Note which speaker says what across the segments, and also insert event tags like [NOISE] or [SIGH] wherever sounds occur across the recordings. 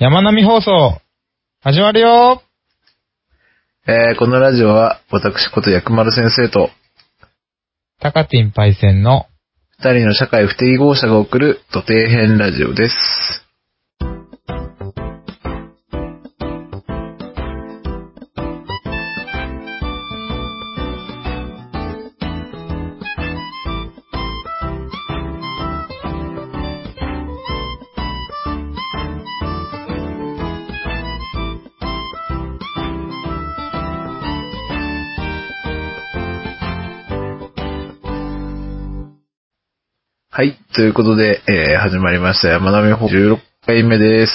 Speaker 1: 山並放送、始まるよ
Speaker 2: えー、このラジオは、私こと薬丸先生と、
Speaker 1: タカティンパイセンの、
Speaker 2: 二人の社会不適合者が送る土底編ラジオです。はい、ということで、えー、始まりました山並放送16回目です。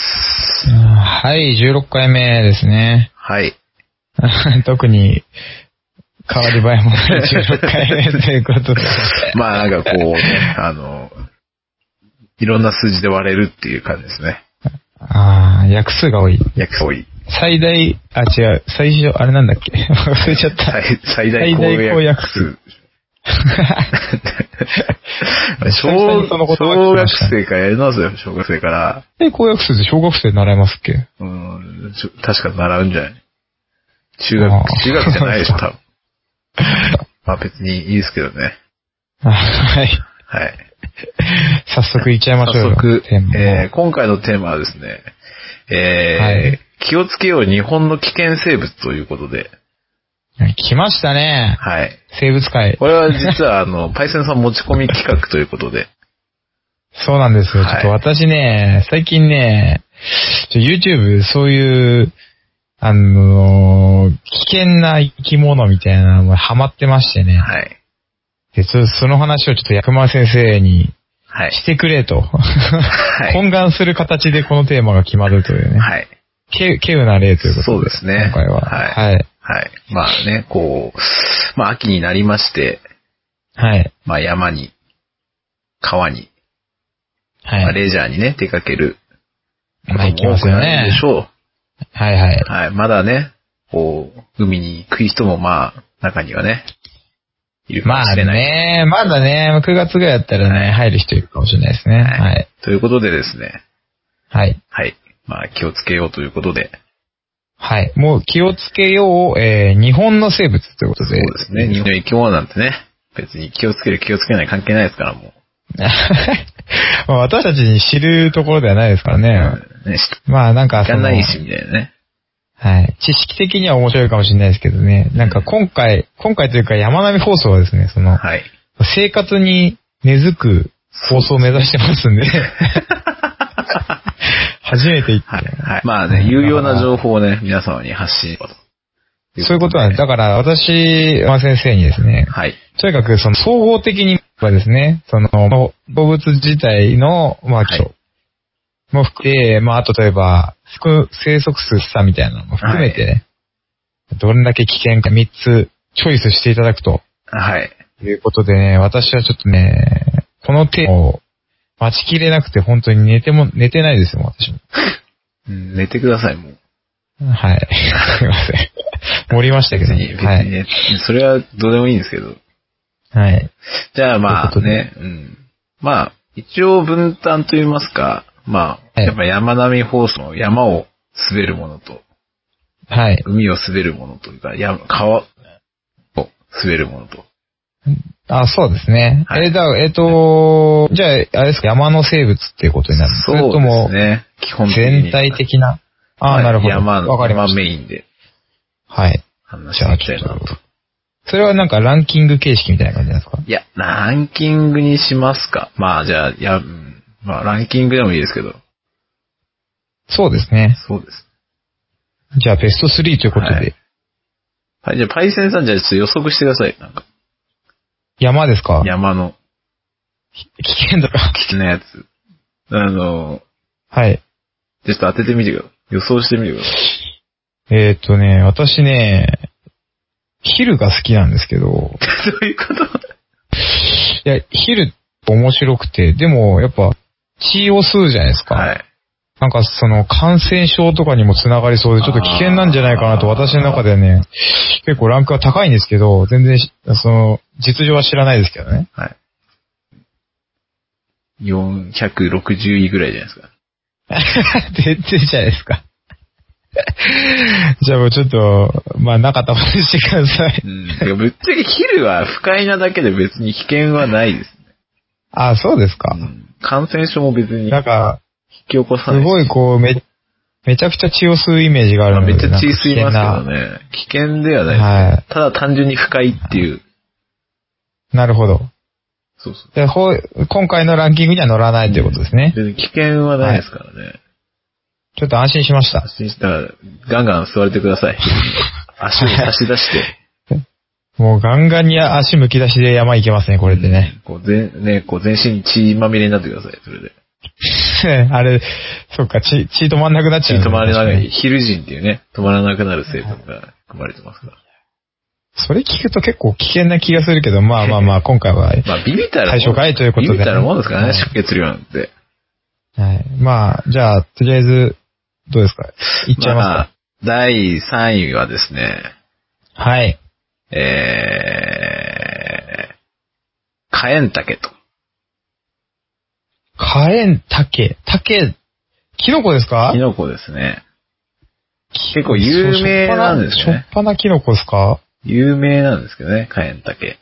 Speaker 1: はい、16回目ですね。 [LAUGHS]
Speaker 2: はい。
Speaker 1: 特に、変わり映えもない16回目ということで。
Speaker 2: [LAUGHS] まあなんかこう、
Speaker 1: [LAUGHS]
Speaker 2: ね、あの、いろんな数字で割れるっていう感じですね。
Speaker 1: ああ、約数が多い。
Speaker 2: 約束多い。
Speaker 1: 最大、あ、違う、最初、あれなんだっけ忘れちゃった。
Speaker 2: 最最大公
Speaker 1: 最大公
Speaker 2: 約
Speaker 1: 約
Speaker 2: 数 [LAUGHS]
Speaker 1: 数。
Speaker 2: 小
Speaker 1: 久々にその言葉聞
Speaker 2: 小
Speaker 1: きま
Speaker 2: 学
Speaker 1: した
Speaker 2: 生からやり直すよ、小学生から。
Speaker 1: 最大公約数って小学生で習いますっけ
Speaker 2: うん、ちょ確か習うんじゃない中学
Speaker 1: ああ、
Speaker 2: 中学じゃないでしょ、多分。まあ別にいいですけどね。
Speaker 1: あはい。
Speaker 2: はい。
Speaker 1: 早速行っちゃいましょう
Speaker 2: 早
Speaker 1: よ。
Speaker 2: 速、
Speaker 1: テーマ
Speaker 2: えー今回のテーマはですね、えー
Speaker 1: はい
Speaker 2: 気をつけよう日本の危険生物ということで、
Speaker 1: 来ましたね。
Speaker 2: はい。
Speaker 1: 生物界。
Speaker 2: これは実
Speaker 1: [LAUGHS]
Speaker 2: は、あの、パイセンさん持ち込み企画ということで、
Speaker 1: そうなんですよ。ち
Speaker 2: は
Speaker 1: ょ
Speaker 2: い
Speaker 1: っと私ね、最近ね、ちょ YouTube そういう、あのー危険な生き物みたいなのがハマってましてね。
Speaker 2: はい。
Speaker 1: で、そその話をちょっと薬丸先生に
Speaker 2: はい。
Speaker 1: してくれと。
Speaker 2: はい。
Speaker 1: 懇願する形でこのテーマが決まるというね。
Speaker 2: はい。
Speaker 1: け、けうな例ということで。
Speaker 2: そうですね
Speaker 1: 今回は。
Speaker 2: は
Speaker 1: はい。
Speaker 2: はい。まあね、こう、まあ秋になりまして、
Speaker 1: はい。
Speaker 2: まあ山に、川に、ま
Speaker 1: は
Speaker 2: あ
Speaker 1: い。
Speaker 2: レジャーにね、出かけること
Speaker 1: まあ、行き
Speaker 2: も
Speaker 1: ま
Speaker 2: 多
Speaker 1: す
Speaker 2: く
Speaker 1: よ
Speaker 2: な
Speaker 1: ね
Speaker 2: るで。しょう。
Speaker 1: はいはい。
Speaker 2: はい。まだね、こう、海に行く人もまあ、中にはね、いるか
Speaker 1: ま
Speaker 2: も
Speaker 1: あ
Speaker 2: しれない。
Speaker 1: ね、まだね、9月ぐらいだったらね、入る人いるかもしれないですね。はい。
Speaker 2: ということでですね、
Speaker 1: はい。
Speaker 2: はい。まあ、気をつけようということで、
Speaker 1: はい。もう気をつけよう、えー、日本の生物ということ
Speaker 2: そう
Speaker 1: で。
Speaker 2: ですね、人間の生き物なんてね、別に気をつける気をつけない関係ないですから、も
Speaker 1: [LAUGHS] まあ私たちに知るところではないですから
Speaker 2: う。
Speaker 1: ね。
Speaker 2: ね、知っ
Speaker 1: まあなんか
Speaker 2: て
Speaker 1: そ
Speaker 2: か
Speaker 1: の、
Speaker 2: ないし、みたいなね。
Speaker 1: はい。知識的には面白いかもしれないですけどね。なんか今回、今回というか山並放送はですね、その、
Speaker 2: はい。
Speaker 1: 生活に根付く放送を目指してます
Speaker 2: [LAUGHS]
Speaker 1: んで。初めて言って。
Speaker 2: はい。はい。まあね、有用な情報をね、皆様に発信しようと。
Speaker 1: そういうことなんです。だ
Speaker 2: ね。
Speaker 1: から私、山先生にですね、
Speaker 2: はい。
Speaker 1: とにかく、その、総合的にはですね、その、動物自体の、まあ、
Speaker 2: はい
Speaker 1: 基礎も含めて、まあ、あと例えば、含生息数差みたいなのも含めてね、どれだけ危険か3つチョイスしていただくと
Speaker 2: はい。
Speaker 1: いうことでね、私はちょっとね、このテーマを待ちきれなくて、本当に寝ても、寝てないですよ、もう私も。
Speaker 2: うん寝てください、もう。
Speaker 1: はい。 [LAUGHS] すいません。盛りましたけ
Speaker 2: 別
Speaker 1: ど、
Speaker 2: に、別に
Speaker 1: はい。
Speaker 2: ね、それはどうでもいいんですけど。
Speaker 1: はい。
Speaker 2: じゃあま
Speaker 1: と
Speaker 2: あ
Speaker 1: いうことで
Speaker 2: ね、うん。まあ、一応分担と言いますか、まあ、
Speaker 1: ええ
Speaker 2: やっぱ山並み放送の山を滑るものと、
Speaker 1: はい。
Speaker 2: 海を滑るものというか、山、川を滑るものと。
Speaker 1: あ、そうですね。
Speaker 2: はい
Speaker 1: え、だからえっ、と、じゃあ、あれですか、山の生物っていうことになるんです
Speaker 2: そう
Speaker 1: とも
Speaker 2: です、ね。基本的に。
Speaker 1: 全体的な。あ
Speaker 2: は
Speaker 1: あ、
Speaker 2: い
Speaker 1: なるほど。
Speaker 2: 山の、
Speaker 1: わかりま
Speaker 2: 山
Speaker 1: し
Speaker 2: メインで
Speaker 1: た。はい。
Speaker 2: 話していきたい
Speaker 1: じゃ
Speaker 2: な
Speaker 1: あちょっ
Speaker 2: と。
Speaker 1: それはなんかランキング形式みたいな感じなんですか
Speaker 2: いや、ランキングにしますか。まあ、じゃあ、いや、うんまあ、ランキングでもいいですけど、
Speaker 1: そうですね。
Speaker 2: そうです。
Speaker 1: じゃあ、ベスト3ということで。
Speaker 2: はいはい、じゃあ、パイセンさん、じゃあ、ちょっと予測してください。なんか、
Speaker 1: 山ですか
Speaker 2: 山の
Speaker 1: 危険度が。
Speaker 2: 危険なやつ。あの、
Speaker 1: [LAUGHS] はい。
Speaker 2: ちょっと当ててみてください。予想してみてください。
Speaker 1: えーっとね、私ね、ヒルが好きなんですけ
Speaker 2: [LAUGHS]
Speaker 1: ど、
Speaker 2: そういうこと
Speaker 1: いや、ヒル面白くて、でもやっぱ血を吸うじゃないですか。
Speaker 2: はい。
Speaker 1: なんかその感染症とかにもつながりそうで、ちょっと危険なんじゃないかなと
Speaker 2: あー
Speaker 1: 私の中ではね、結構ランクは高いんですけど、全然し、その、実情は知らないですけど [LAUGHS] ね。
Speaker 2: 460位ぐらいじゃないですか。
Speaker 1: 出てるじゃないですか。 [LAUGHS] じゃあもうちょっと、まあなかったことにしてください。
Speaker 2: うん。てかぶっちゃけヒルは不快なだけで別に危険はないですね。
Speaker 1: あ、そうですか
Speaker 2: う。ん感染症も別に
Speaker 1: なん
Speaker 2: 引
Speaker 1: か、
Speaker 2: き起こさない
Speaker 1: す
Speaker 2: し。
Speaker 1: ごいこう、め、めちゃくちゃ血を吸うイメージがある
Speaker 2: まあ
Speaker 1: ので。
Speaker 2: めっちゃ血
Speaker 1: なんか危険
Speaker 2: 吸います
Speaker 1: な
Speaker 2: けどね。危険ではないです。
Speaker 1: は
Speaker 2: ただ単純に不快っていう。
Speaker 1: い。なるほど。
Speaker 2: そうそう。
Speaker 1: で、ほう今回のランキングには乗らないということですね。
Speaker 2: 別に危険はないですからね。
Speaker 1: ちょっと安心しました。
Speaker 2: 安心したら、ガンガン座れてくださ [LAUGHS] い。足を差し出して。
Speaker 1: もうガンガンに足むき出しで山行けますね、これでね。
Speaker 2: こう全、ね、こう全身に血まみれになってください、それで。
Speaker 1: あれ、そっか、血、血止まんなくなっち
Speaker 2: 血
Speaker 1: ゃう、
Speaker 2: 止まらない、
Speaker 1: 確かに
Speaker 2: ヒルジンっていうね、止まらなくなる成分が含まれてますから。
Speaker 1: それ聞くと結構危険な気がするけど、
Speaker 2: [LAUGHS]
Speaker 1: まあまあまあ、今回は。
Speaker 2: まあ、ビビったら、
Speaker 1: 対象外ということで
Speaker 2: ビビったらもんですからね、
Speaker 1: はい
Speaker 2: 出血量なんて。
Speaker 1: はい。まあ、じゃあ、とりあえず、どうですか行っちゃい
Speaker 2: ま
Speaker 1: ま
Speaker 2: あ、第3位はですね、
Speaker 1: すか、はい。
Speaker 2: えー、カエンタケと。
Speaker 1: カエンタケ。タケ、キノコですか
Speaker 2: キノコですね。結構有名なんですね
Speaker 1: しょっぱなキノコですか
Speaker 2: 有名なんですけどね、カエンタケ。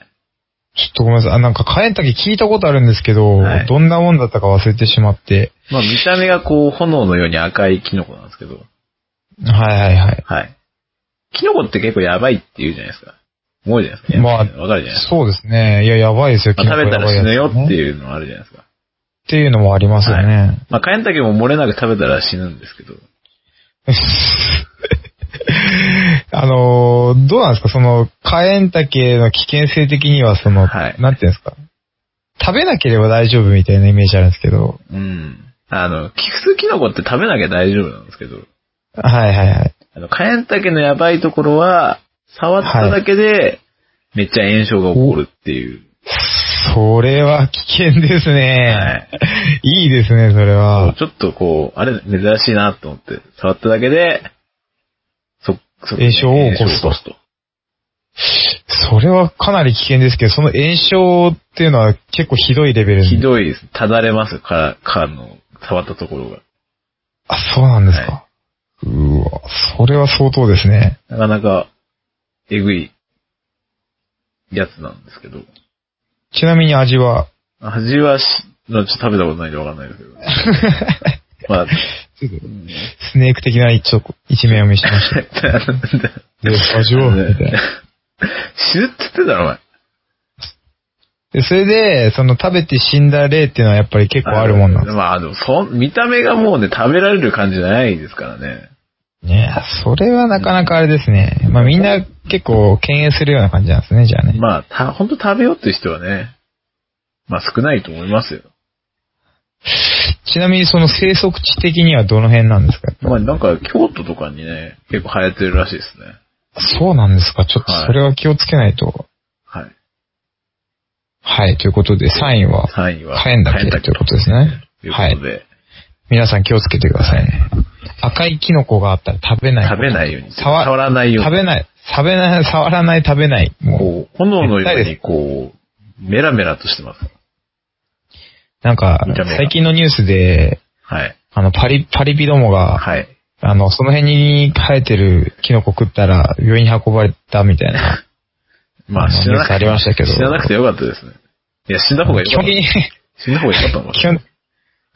Speaker 1: ちょっとごめんなさい。あ、なんかカエンタケ聞いたことあるんですけど、
Speaker 2: はい
Speaker 1: どんなもんだったか忘れてしまって。
Speaker 2: まあ、見た目がこう、炎のように赤いキノコなんですけど、
Speaker 1: はいはいはい。
Speaker 2: はい。キノコって結構やばいって言うじゃないですか。思うじゃないですか。
Speaker 1: まあ
Speaker 2: わかるじゃないですか。
Speaker 1: そうですね。いや、やばいですよ、
Speaker 2: まあ、食べたら死ぬよ
Speaker 1: キノコやばいやつね
Speaker 2: っていうのもあるじゃないですか。
Speaker 1: っていうのもありますよね。
Speaker 2: まあ、カエンタケも漏れなく食べたら死ぬんですけど。
Speaker 1: [LAUGHS] あのー、どうなんですかその、カエンタケの危険性的には、その、
Speaker 2: はい
Speaker 1: なんていうんですか食べなければ大丈夫みたいなイメージあるんですけど。
Speaker 2: うん。あの、キクスキノコって食べなきゃ大丈夫なんですけど、
Speaker 1: はいはいはい。
Speaker 2: あの、カエンタケのやばいところは、触っただけで、めっちゃ炎症が起こるっていう。
Speaker 1: それは危険です
Speaker 2: は
Speaker 1: ね。
Speaker 2: い。
Speaker 1: いいですね、それは。
Speaker 2: ちょっとこう、あれ、珍しいなと思って、触っただけで、そ、そ
Speaker 1: 炎症を起こすと
Speaker 2: 炎症を起こ
Speaker 1: それはかなり危険ですけど、その炎症っていうのは結構ひどいレベル
Speaker 2: と。ひ
Speaker 1: い。
Speaker 2: どいです。ただれます、から、からの、触ったところが。
Speaker 1: あ、そうなんですか。
Speaker 2: は
Speaker 1: うわ、それは相当ですね。
Speaker 2: なかなか、えぐい、やつなんですけど。
Speaker 1: ちなみに味は、
Speaker 2: 味はし、のちょっと食べたことないんでわかんないですけ
Speaker 1: [LAUGHS]
Speaker 2: ど。 [LAUGHS] まあ、
Speaker 1: スネーク的な一応一面を見せま [LAUGHS] した。で、味を、みたいな。
Speaker 2: 死ぬって言ってたろ、お前。
Speaker 1: で、それで、その食べて死んだ例っていうのはやっぱり結構あるもんなんです
Speaker 2: まあ、でも、そん、見た目がもうね、食べられる感じじゃないですからね。
Speaker 1: ね。それはなかなかあれですね。まあみんな結構敬遠するような感じなんですね、じゃあね。
Speaker 2: まあ、た、ほんと食べようって人はね、まあ少ないと思いますよ。
Speaker 1: ちなみにその生息地的にはどの辺なんですか
Speaker 2: まあなんか、京都とかにね、結構流行ってるらしいですね。
Speaker 1: そうなんですか。ちょっと
Speaker 2: はい
Speaker 1: それは気をつけないと。
Speaker 2: はい。
Speaker 1: はい、ということで、サインは、
Speaker 2: 3位は。
Speaker 1: カエンダケ
Speaker 2: カエン
Speaker 1: ということですね
Speaker 2: ということで、
Speaker 1: 皆さん気をつけてくださいね。赤いキノコがあったら食べない。
Speaker 2: 食べないように、
Speaker 1: 触
Speaker 2: 触らないよう
Speaker 1: 食
Speaker 2: に、
Speaker 1: べない。食べない、触らない、食べない。もう、
Speaker 2: こう、炎のよう
Speaker 1: 絶対
Speaker 2: に、こう、メラメラとしてます。
Speaker 1: なんか
Speaker 2: 見た目が、
Speaker 1: 最近のニュースで、
Speaker 2: はい。
Speaker 1: あの、パリ、パリピどもが、
Speaker 2: はい。
Speaker 1: あの、その辺に生えてるキノコ食ったら病院に運ばれたみたい
Speaker 2: [LAUGHS]
Speaker 1: な。
Speaker 2: まあ、
Speaker 1: あの
Speaker 2: 死なな
Speaker 1: ニュー
Speaker 2: くて、
Speaker 1: スありましたけど
Speaker 2: 死ななくてよかったですね。いや、死んだ方がよ
Speaker 1: 基
Speaker 2: かっ
Speaker 1: 本
Speaker 2: た
Speaker 1: 的。に、
Speaker 2: 死んだ方がよかったもん。
Speaker 1: 基本、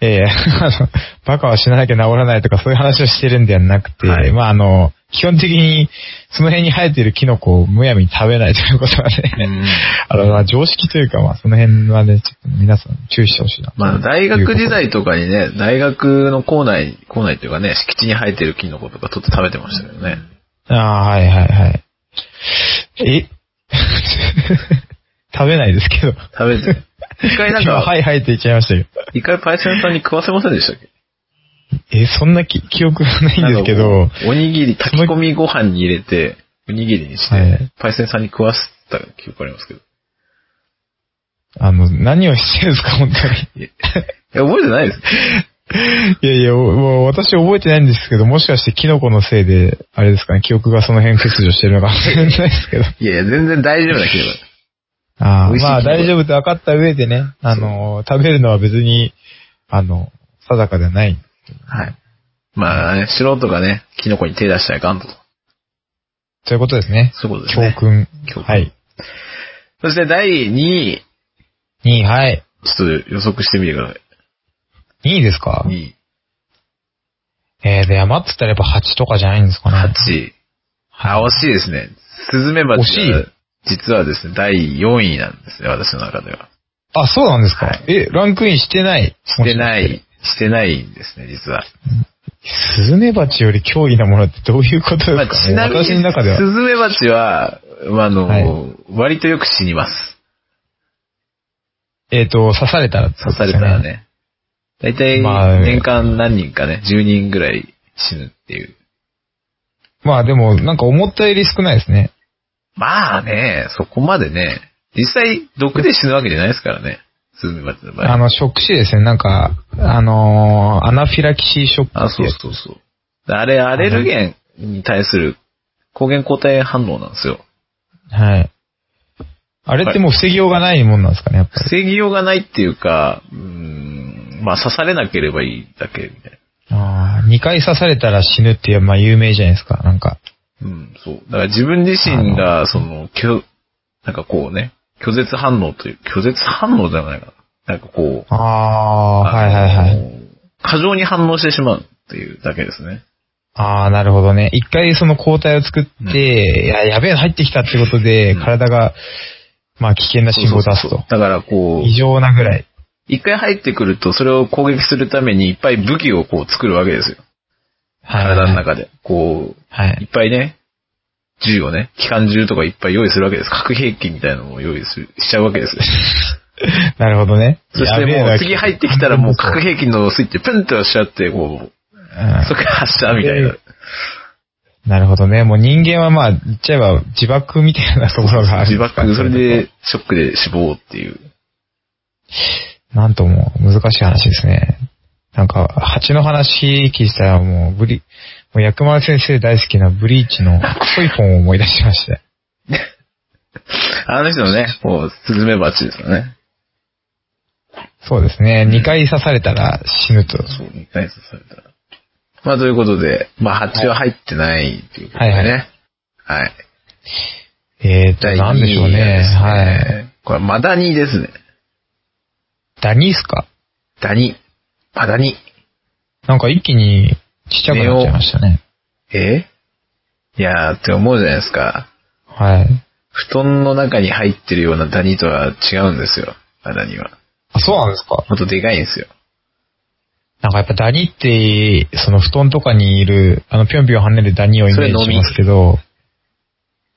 Speaker 1: ええ [LAUGHS] あの、バカは死ななきゃ治らないとかそういう話をしてるんではなくて、
Speaker 2: はい
Speaker 1: まああの、基本的にその辺に生えてるキノコをむやみに食べないということは
Speaker 2: う
Speaker 1: ね、
Speaker 2: ん
Speaker 1: あの、まあ常識というか、まあその辺はね、ちょっと皆さん注意してほしいな。
Speaker 2: まあ、大学時代とかにね、大学の校内、校内っていうかね、敷地に生えてるキノコとかちょっと食べてましたけどね。
Speaker 1: ああ、はいはいはい。え [LAUGHS] 食べないですけど。
Speaker 2: 食
Speaker 1: [LAUGHS]
Speaker 2: べて。一回なん
Speaker 1: 今、は
Speaker 2: か、
Speaker 1: いはいって言っちゃいましたけど。
Speaker 2: 一回パイセンさんに食わせませんでしたっけ
Speaker 1: え、そんなき記憶がないんですけ
Speaker 2: な
Speaker 1: ど
Speaker 2: ん、かこうおにぎり、炊き込みご飯に入れて、おにぎりにして、
Speaker 1: はい
Speaker 2: パイセンさんに食わせた記憶ありますけど。
Speaker 1: あの、何をしてるんですか、本当に。
Speaker 2: [LAUGHS] いや、いや覚えてないです。
Speaker 1: いやいや、おもう私覚えてないんですけど、もしかしてキノコのせいで、あれですかね、記憶がその辺欠如してるのかもしれないですけど。
Speaker 2: いやいや、全然大丈夫な記憶
Speaker 1: ああ、
Speaker 2: 美味しい
Speaker 1: まあ
Speaker 2: キノコ
Speaker 1: 大丈夫と分かった上でね、あの、食べるのは別に、あの、定かではない。
Speaker 2: はい。まあ、ね、素人がね、キノコに手出したらいかんと。
Speaker 1: ということですね。
Speaker 2: そういうことです
Speaker 1: 教
Speaker 2: ね。
Speaker 1: 訓。
Speaker 2: 教訓
Speaker 1: はい。
Speaker 2: そして第2位、
Speaker 1: 2位、はい。
Speaker 2: ちょっと予測してみてください。
Speaker 1: 2位ですか
Speaker 2: 2位、
Speaker 1: えー、で、山って言ったらやっぱ8とかじゃないんですかね。
Speaker 2: 8位。あ、惜しいですね。スズメバ
Speaker 1: 惜し
Speaker 2: チ
Speaker 1: い
Speaker 2: が、実はですね、第4位なんですね、私の中では。
Speaker 1: あ、そうなんですか、
Speaker 2: はい
Speaker 1: え、ランクインしてない
Speaker 2: してな。
Speaker 1: もしか
Speaker 2: い、してないんですね、実は。
Speaker 1: してスズメバチより脅威なものってどういうことですか、
Speaker 2: まあ、ちなみに、
Speaker 1: 私の中では
Speaker 2: ス。ズメバチは、まああの、
Speaker 1: はい
Speaker 2: 割とよく死にます。
Speaker 1: えっ、と、刺されたら、
Speaker 2: 刺されたら。ね。だいたい、
Speaker 1: まあ
Speaker 2: 年間何人かね、10人ぐらい死ぬっていう。
Speaker 1: まあでも、なんか思ったより少ないですね。
Speaker 2: まあね、そこまでね、実際、毒で死ぬわけじゃないですからね、スズメバチの場合。
Speaker 1: あの、ショック死ですね。なんか、あのーアナフィラキシーショック
Speaker 2: あ、そうそうそう。あれ、アレルゲンに対する抗原抗体反応なんですよ。
Speaker 1: はい。あれってもう防ぎようがないもんなんですかね、やっぱり。
Speaker 2: 防ぎようがないっていうか、うーん、まあ刺されなければいいだけみたい
Speaker 1: あ
Speaker 2: な。
Speaker 1: あ、2回刺されたら死ぬっていう、まあ有名じゃないですか、なんか。
Speaker 2: うん、そう。だから自分自身が、その、拒、なんかこうね、拒絶反応という、拒絶反応じゃないかな。なんかこう、
Speaker 1: ああ、はいはいは
Speaker 2: あ
Speaker 1: い。
Speaker 2: の過剰に反応してしまうっていうだけですね。
Speaker 1: ああ、なるほどね。一回その抗体を作って、いや、やべえ、入ってきたってことで、
Speaker 2: うん
Speaker 1: 体が、まあ、危険な信号を出す
Speaker 2: そうそ
Speaker 1: と
Speaker 2: うそう。だからこう
Speaker 1: 異、常なぐらい。
Speaker 2: 一回入ってくると、それを攻撃するためにいっぱい武器をこう作るわけですよ。
Speaker 1: はい
Speaker 2: 体の中で。こう、
Speaker 1: はい
Speaker 2: っ
Speaker 1: い。
Speaker 2: ぱいね、銃をね、機関銃とかいっぱい用意するわけです。核兵器みたいなのを用意するしちゃうわけ [LAUGHS] です。
Speaker 1: なるほどね。
Speaker 2: そして
Speaker 1: やべえ
Speaker 2: も
Speaker 1: な
Speaker 2: う次入ってきたらも [LAUGHS] う核
Speaker 1: う
Speaker 2: 兵器のスイッチプンって押しちゃって、こう、
Speaker 1: ん
Speaker 2: それから発射みたいな。
Speaker 1: なるほどね。もう人間はまあ、言っちゃえば自爆みたいなところがある。
Speaker 2: 自爆、それ。でショックで死亡っていう。
Speaker 1: なんとも難しい話ですね。なんか、蜂の話聞いたらもう、ブリ、もう薬丸先生大好きなブリーチのソイフォンを思い出しました。
Speaker 2: あの人のね、こう、スズメバチですよね。
Speaker 1: そうですね。2回刺されたら死ぬと。
Speaker 2: そう、2回刺されたら。まあ、ということで、まあ、蜂は入ってないっていうことでね。はい。
Speaker 1: えーと、
Speaker 2: 第2位
Speaker 1: なんでしょうね。
Speaker 2: です
Speaker 1: はい。
Speaker 2: ね。これ、マダニですね。
Speaker 1: ダニですか
Speaker 2: ダニ。マダニ。
Speaker 1: なんか一気にちっちゃくなっちゃいましたね。
Speaker 2: えいやーって思うじゃないですか。
Speaker 1: はい。
Speaker 2: 布団の中に入ってるようなダニとは違うんですよ。マダニは。
Speaker 1: あ、そうなんですか
Speaker 2: ほんとでかいんですよ。
Speaker 1: なんかやっぱダニって、その布団とかにいる、あのぴょんぴょん跳ねるダニをイメージしますけど、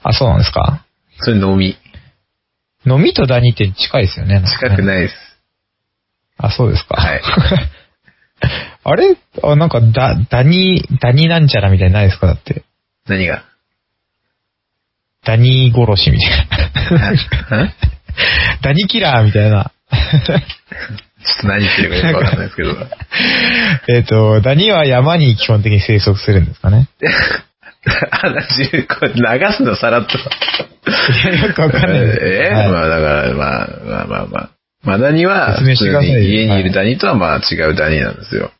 Speaker 1: あ、そうなんですか
Speaker 2: それのみ。
Speaker 1: 飲みとダニって近いですよね。
Speaker 2: 近く
Speaker 1: い。
Speaker 2: ないです。
Speaker 1: あ、そうですか。
Speaker 2: はい。
Speaker 1: [LAUGHS] あれあ、なんかダ、ダニ、ダニなんちゃらみたいにないですかだって。
Speaker 2: 何が
Speaker 1: ダニ殺しみたい
Speaker 2: [LAUGHS]
Speaker 1: な。
Speaker 2: ん
Speaker 1: ダニキラーみたいな。 [LAUGHS]
Speaker 2: ちょっと何言ってるかよくわかんないですけど。
Speaker 1: えっと、ダニは山に基本的に生息するんですかね。
Speaker 2: 話、これ流すのさらっと。
Speaker 1: いやよくわかんないですけど
Speaker 2: えー
Speaker 1: はい
Speaker 2: まあだから、まあまあまあまあ。マダニは、
Speaker 1: 説明してくださいよ
Speaker 2: 普通に家にいるダニとはまあ違うダニなんですよ。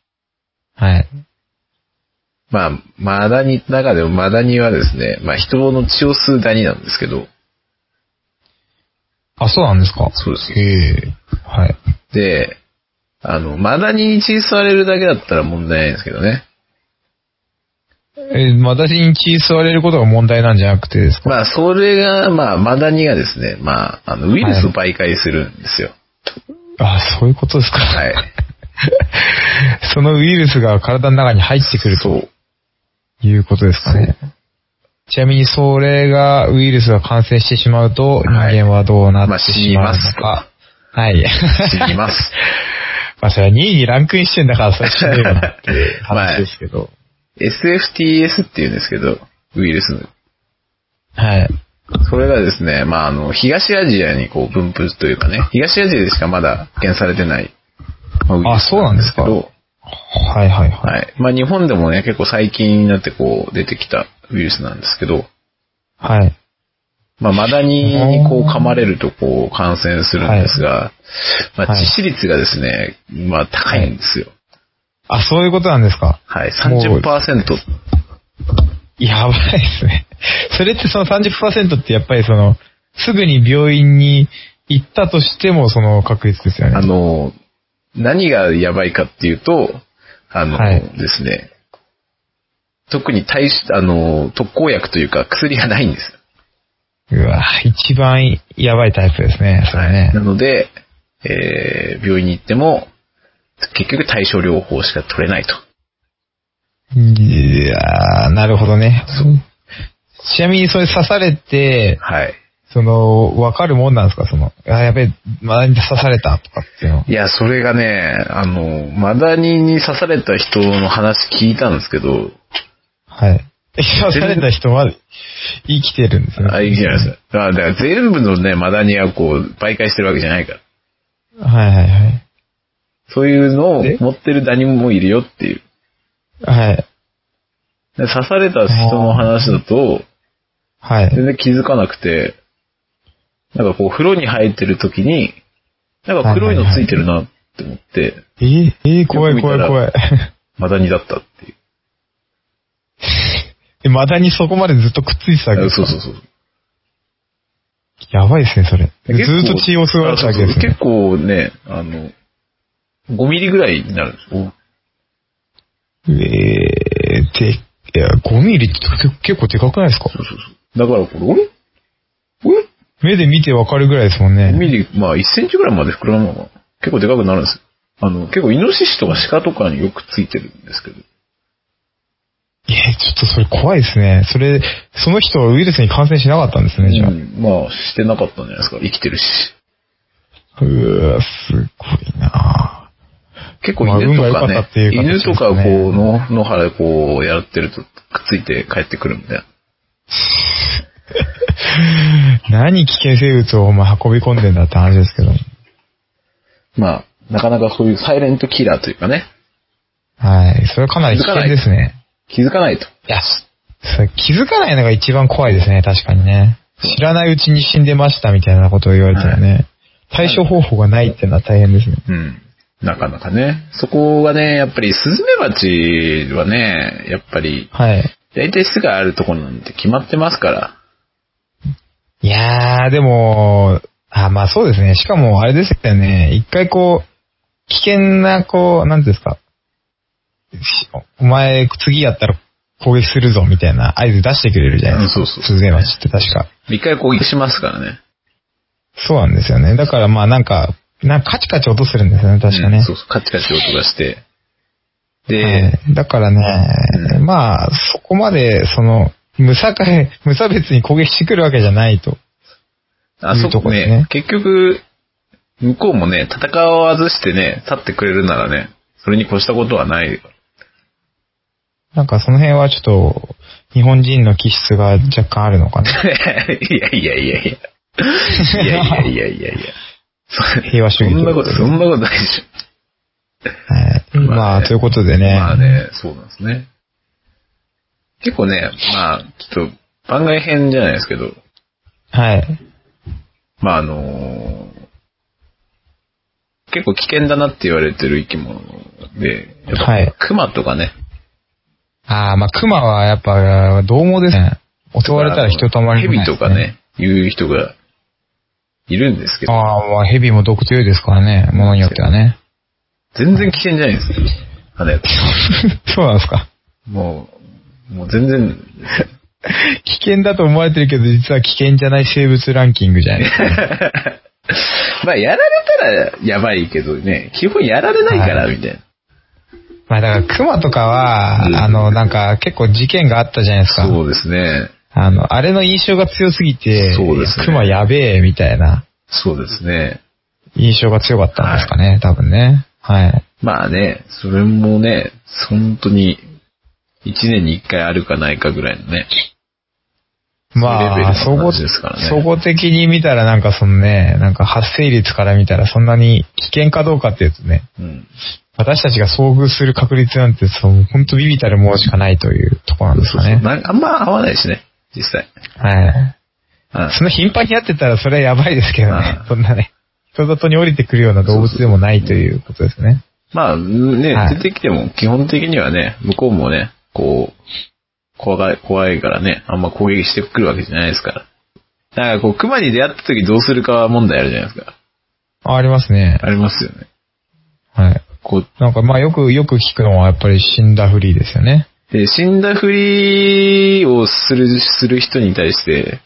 Speaker 1: はい。
Speaker 2: まあ、マダニ、中でもマダニはですね、まあ人の血を吸うダニなんですけど、
Speaker 1: あ、そうなんですか
Speaker 2: そうです
Speaker 1: へえ。はい。
Speaker 2: で、あの、マダニに血吸われるだけだったら問題ないんですけどね。
Speaker 1: えー、まだに血吸われることが問題なんじゃなくてですか
Speaker 2: まあ、それが、まあ、マダニがですね、まあ、あの、ウイルスを媒介するんですよ。
Speaker 1: あ、そういうことですか。
Speaker 2: はい。
Speaker 1: [LAUGHS] そのウイルスが体の中に入ってくる
Speaker 2: そ
Speaker 1: と
Speaker 2: う。
Speaker 1: いうことですかね。ちなみにそれが、ウイルスが感染してしまうと、
Speaker 2: はい
Speaker 1: 人間はどうな
Speaker 2: まあ
Speaker 1: ってしまうのか。はい。 [LAUGHS]
Speaker 2: 死にます。
Speaker 1: まあそれは2位にランクインしてんだから、それ死ねえよなっていう話ですけど。
Speaker 2: SFTS って言うんですけど、ウイルスの。
Speaker 1: はい。
Speaker 2: それがですね、まあ、あの、東アジアにこう分布というかね、東アジアでしかまだ発見されてない、まあ
Speaker 1: あそうなんですか
Speaker 2: ウイルスなんですけど
Speaker 1: はいはいはい。
Speaker 2: はい。まあ日本でもね、結構最近になってこう出てきたウイルスなんですけど、
Speaker 1: はい。
Speaker 2: まあマダニにこう噛まれるとこう感染するんですが、まあ
Speaker 1: はい
Speaker 2: 致死率がですね、まあ高いんですよ。
Speaker 1: あ、そういうことなんですか
Speaker 2: はい、
Speaker 1: もう
Speaker 2: 30%。
Speaker 1: やばいですね。それってその30%ってやっぱりその、すぐに病院に行ったとしてもその確率ですよね。
Speaker 2: あの、何がやばいかっていうと、あの、
Speaker 1: はい
Speaker 2: ですね、特に対し、あの、特効薬というか薬がないんです。
Speaker 1: うわ一番やばいタイプですね、それね
Speaker 2: な。ので、えー病院に行っても、結局対症療法しか取れないと。
Speaker 1: いやーなるほどね。ちなみにそれ刺されて、
Speaker 2: はい。
Speaker 1: その、わかるもんなんですかその、あ、やべえ、まだに刺されたとかっていうの。
Speaker 2: いや、それがね、あの、マダニに刺された人の話聞いたんですけど、
Speaker 1: はい。え刺された人は生きてるんですね。
Speaker 2: あ、いいじゃないですか。あだから全部のね、マダニがこう、媒介してるわけじゃないから。
Speaker 1: はいはいはい。
Speaker 2: そういうのを
Speaker 1: え
Speaker 2: 持ってるダニもいるよっていう。
Speaker 1: はい。
Speaker 2: で刺された人の話だと、
Speaker 1: は
Speaker 2: 全
Speaker 1: い。
Speaker 2: 然気づかなくて、なんかこう、風呂に入ってる時に、なんか黒いのついてるなって思って、
Speaker 1: ええ怖い怖い怖い。
Speaker 2: マダニだったっていう。
Speaker 1: [LAUGHS] え、マダニそこまでずっとくっついてたわけ
Speaker 2: あ
Speaker 1: です
Speaker 2: そ
Speaker 1: か
Speaker 2: うそうそう。
Speaker 1: やばいですね、それ。
Speaker 2: 結構
Speaker 1: ずっと血を吸われたわけですね。
Speaker 2: あそうそう結構ね、あの、5ミリぐらいになるんですよ。
Speaker 1: えー、で、いや、5ミリって結構でかくないですか
Speaker 2: そうそうそう。だからこれ、あれ
Speaker 1: 目で見てわかるぐらいですもん
Speaker 2: あれ ?5
Speaker 1: ね。
Speaker 2: ミリ、まあ1センチぐらいまで膨らむのかな。結構でかくなるんですよ。あの、結構イノシシとか鹿とかによくついてるんですけど。
Speaker 1: えー、ちょっとそれ怖いですね。それ、その人はウイルスに感染しなかったんですね、じゃあ。
Speaker 2: うんまあ、してなかったんじゃないですか。生きてるし。
Speaker 1: うわすごいな
Speaker 2: 結構
Speaker 1: まあ
Speaker 2: 犬とか
Speaker 1: 運が良か
Speaker 2: ね
Speaker 1: ったっていう、形
Speaker 2: 犬とか
Speaker 1: ですね
Speaker 2: こう、の野原でこう、やってるとくっついて帰ってくるみたいな。
Speaker 1: 何危険生物をお前運び込んでんだって話ですけど。
Speaker 2: まあ、なかなかそういうサイレントキラーというかね、
Speaker 1: はい。それはかなり危険ですね。
Speaker 2: 気づかないと。
Speaker 1: いや、それ気づかないのが一番怖いですね、確かにね。知らないうちに死んでましたみたいなことを言われたらね。対処方法がないっていうのは大変ですね。
Speaker 2: うん。なかなかね。そこがね、やっぱりスズメバチはね、やっぱり、
Speaker 1: はい。
Speaker 2: 大体巣があるところなんて決まってますから。
Speaker 1: いやー、でも、あ、まあそうですね。しかもあれですよね。一回こう、危険な、こう、なんていうんですか。しお前、次やったら攻撃するぞ、みたいな合図出してくれるじゃないですか。
Speaker 2: うんそうそう
Speaker 1: スズメバチって確か。
Speaker 2: 一回攻撃しますからね。
Speaker 1: そうなんですよね。だからまあなんか、なんかカチカチ音するんですよね、確かね。
Speaker 2: うんそうそう、カチカチ音がして。で、
Speaker 1: はいだからね、
Speaker 2: うん
Speaker 1: まあ、そこまで、その、無差別、無差別に攻撃してくるわけじゃないと。
Speaker 2: あ
Speaker 1: いい
Speaker 2: そ
Speaker 1: と
Speaker 2: こ
Speaker 1: こで
Speaker 2: ね
Speaker 1: すね
Speaker 2: 結局、向こうもね、戦わずしてね、立ってくれるならね、それに越したことはない。 [LAUGHS]
Speaker 1: なんかその辺はちょっと、日本人の気質が若干あるのかな。
Speaker 2: いやいやいやいや。いやいやいやいやいや。そ
Speaker 1: 平和主義
Speaker 2: そんなこと、そんなことないでし
Speaker 1: はい
Speaker 2: ょ。
Speaker 1: まあ、ということでね。
Speaker 2: まあね、そうなんですね。結構ね、まあ、ちょっと、番外編じゃないですけど、
Speaker 1: はい。
Speaker 2: まああの結構危険だなって言われてる生き物で、やっぱ
Speaker 1: はい
Speaker 2: 熊とかね、
Speaker 1: ああ、まあ、熊はやっぱ、獰猛ですね。襲われたら人たまりもない
Speaker 2: 蛇とかね、いう人がいるんですけど、
Speaker 1: ああ、まあ、蛇も毒強いですからね。ものによってはね。
Speaker 2: 全然危険じゃないんですよ。あれ、
Speaker 1: そうなんですか。
Speaker 2: もう、もう全然、 [LAUGHS]
Speaker 1: 危険だと思われてるけど、実は危険じゃない生物ランキングじゃないです
Speaker 2: [LAUGHS]
Speaker 1: か。
Speaker 2: まあやられたらやばいけどね、基本やられないから、
Speaker 1: は
Speaker 2: みたいな。
Speaker 1: まあだから、熊とかは、
Speaker 2: うん
Speaker 1: あの、なんか、結構事件があったじゃないですか。
Speaker 2: そうですね。
Speaker 1: あの、あれの印象が強すぎて、
Speaker 2: そうですね
Speaker 1: 熊やべえ、みたいな
Speaker 2: そうですね。
Speaker 1: 印象が強かったんですかね、多分ね。はい。
Speaker 2: まあね、それもね、本当に、一年に一回あるかないかぐらいのね。
Speaker 1: まあ、
Speaker 2: そ
Speaker 1: 総
Speaker 2: ういうレベルの
Speaker 1: 合、
Speaker 2: 話ですからね
Speaker 1: 総合的に見たらなんかそのね、なんか発生率から見たらそんなに危険かどうかっていうとね、
Speaker 2: うん。
Speaker 1: 私たちが遭遇する確率なんて、そう、ほんとビビたるものしかないというところなんです
Speaker 2: そう
Speaker 1: か
Speaker 2: そう。
Speaker 1: ね。
Speaker 2: なんかあんま合わないしね、実際。
Speaker 1: はい。
Speaker 2: うん
Speaker 1: その頻繁にやってたらそれはやばいですけどね
Speaker 2: う。ん
Speaker 1: そんなね、人里に降りてくるような動物でもないということですね。
Speaker 2: まあね、
Speaker 1: はい
Speaker 2: 出てきても基本的にはね、向こうもね、こう、怖が怖いからね、あんま攻撃してくるわけじゃないですから。だからこう、熊に出会った時どうするか問題あるじゃないですか。
Speaker 1: あ、ありますね。
Speaker 2: ありますよね。
Speaker 1: はい。
Speaker 2: こう、
Speaker 1: なんかまあよく、よく聞くのはやっぱり死んだふりですよね。
Speaker 2: で死んだふりをする、する人に対して、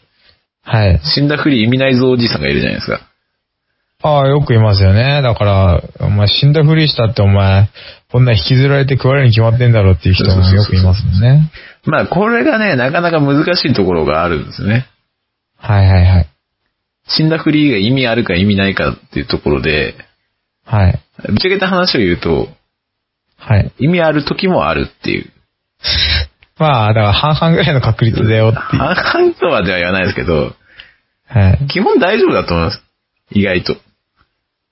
Speaker 1: はい。
Speaker 2: 死んだふり意味ないぞおじさんがいるじゃないですか。
Speaker 1: ああ、よくいますよね。だから、お前死んだふりしたってお前、こんな引きずられて食われるに決まってんだろっていう人もよくいますもんね。
Speaker 2: まあ、これがね、なかなか難しいところがあるんですよね。
Speaker 1: はいはいはい。
Speaker 2: 死んだふりが意味あるか意味ないかっていうところで、
Speaker 1: はい。
Speaker 2: ぶっちゃけた話を言うと、
Speaker 1: はい。
Speaker 2: 意味ある時もあるっていう。
Speaker 1: まあ、だから半々ぐらいの確率だよっていう。
Speaker 2: 半々とはでは言わないですけど、
Speaker 1: はい。
Speaker 2: 基本大丈夫だと思います。意外と。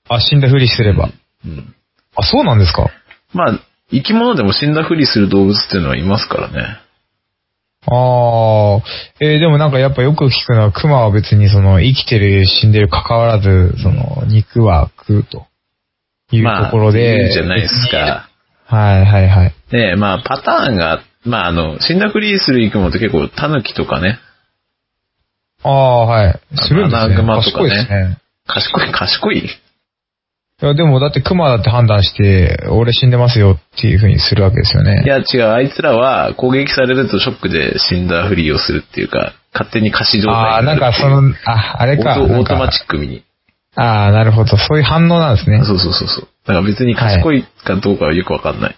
Speaker 1: あ、死んだふりすれば。
Speaker 2: うん。
Speaker 1: あ、そうなんですか
Speaker 2: まあ、生き物でも死んだふりする動物っていうのはいますからね。
Speaker 1: ああ、えーでもなんかやっぱよく聞くのは、熊は別にその、生きてる、死んでる関わらず、その、肉は食うと。いう
Speaker 2: まあ
Speaker 1: ところで。
Speaker 2: いいじゃないですか。
Speaker 1: はいはいはい。
Speaker 2: で、まあ、パターンが、まあ、あの、死んだふりする生き物って結構、タヌキとかね、
Speaker 1: ああ、はい。するんですね。
Speaker 2: アナグマとか
Speaker 1: 賢
Speaker 2: ね
Speaker 1: いですね。
Speaker 2: 賢い、賢い。
Speaker 1: いや、でもだって熊だって判断して、俺死んでますよっていうふうにするわけですよね。
Speaker 2: いや、違う、あいつらは攻撃されるとショックで死んだふりをするっていうか、勝手に仮死状
Speaker 1: あ
Speaker 2: 態
Speaker 1: あ、
Speaker 2: に
Speaker 1: なん
Speaker 2: なる
Speaker 1: かその、あ、あれか。
Speaker 2: オート
Speaker 1: なん
Speaker 2: オー
Speaker 1: か
Speaker 2: トマチックに。
Speaker 1: ああ、なるほど。そういう反応なんですね。
Speaker 2: そうそうそうそう。だから別に賢いかどうかはよくわかんない。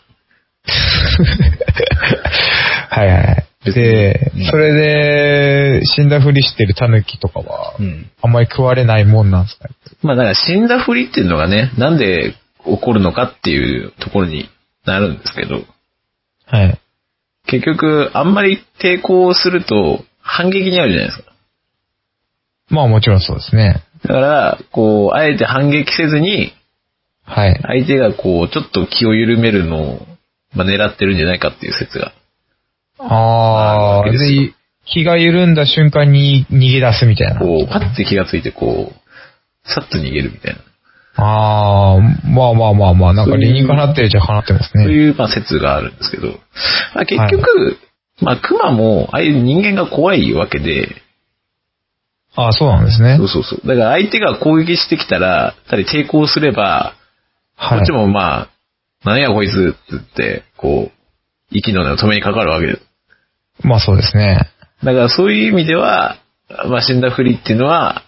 Speaker 1: はいはいはい。で
Speaker 2: うん、
Speaker 1: それで、死んだふりしてるタヌキとかは、
Speaker 2: うん。
Speaker 1: あんまり食われないもんなんですかね。
Speaker 2: まあだから死んだふりっていうのがね、なんで起こるのかっていうところになるんですけど、
Speaker 1: はい。
Speaker 2: 結局、あんまり抵抗すると反撃にあるじゃないですか。
Speaker 1: まあもちろんそうですね。
Speaker 2: だから、こう、あえて反撃せずに、
Speaker 1: はい。
Speaker 2: 相手がこう、ちょっと気を緩めるのを、まあ、狙ってるんじゃないかっていう説が。
Speaker 1: あ
Speaker 2: あ
Speaker 1: あ、
Speaker 2: るわけですよ
Speaker 1: で、気が緩んだ瞬間に逃げ出すみたいな。
Speaker 2: こう、パッて気がついて、こう、さっと逃げるみたいな。
Speaker 1: ああ、まあまあまあまあ、なんか理にかなってるじゃかなってます
Speaker 2: そう
Speaker 1: ね。
Speaker 2: いう、まあ、説があるんですけど、まあ、結局、まあ、熊も、ああいう人間が怖いわけで、
Speaker 1: ああ、そうなんですね
Speaker 2: そう。そうそう。だから相手が攻撃してきたら、やっぱり抵抗すれば、
Speaker 1: は
Speaker 2: こっち
Speaker 1: い。
Speaker 2: もまあ、なんやこいつって言って、こう、息の根を止めにかかるわけです。
Speaker 1: まあそうですね。
Speaker 2: だからそういう意味では、まあ、死んだふりっていうのは、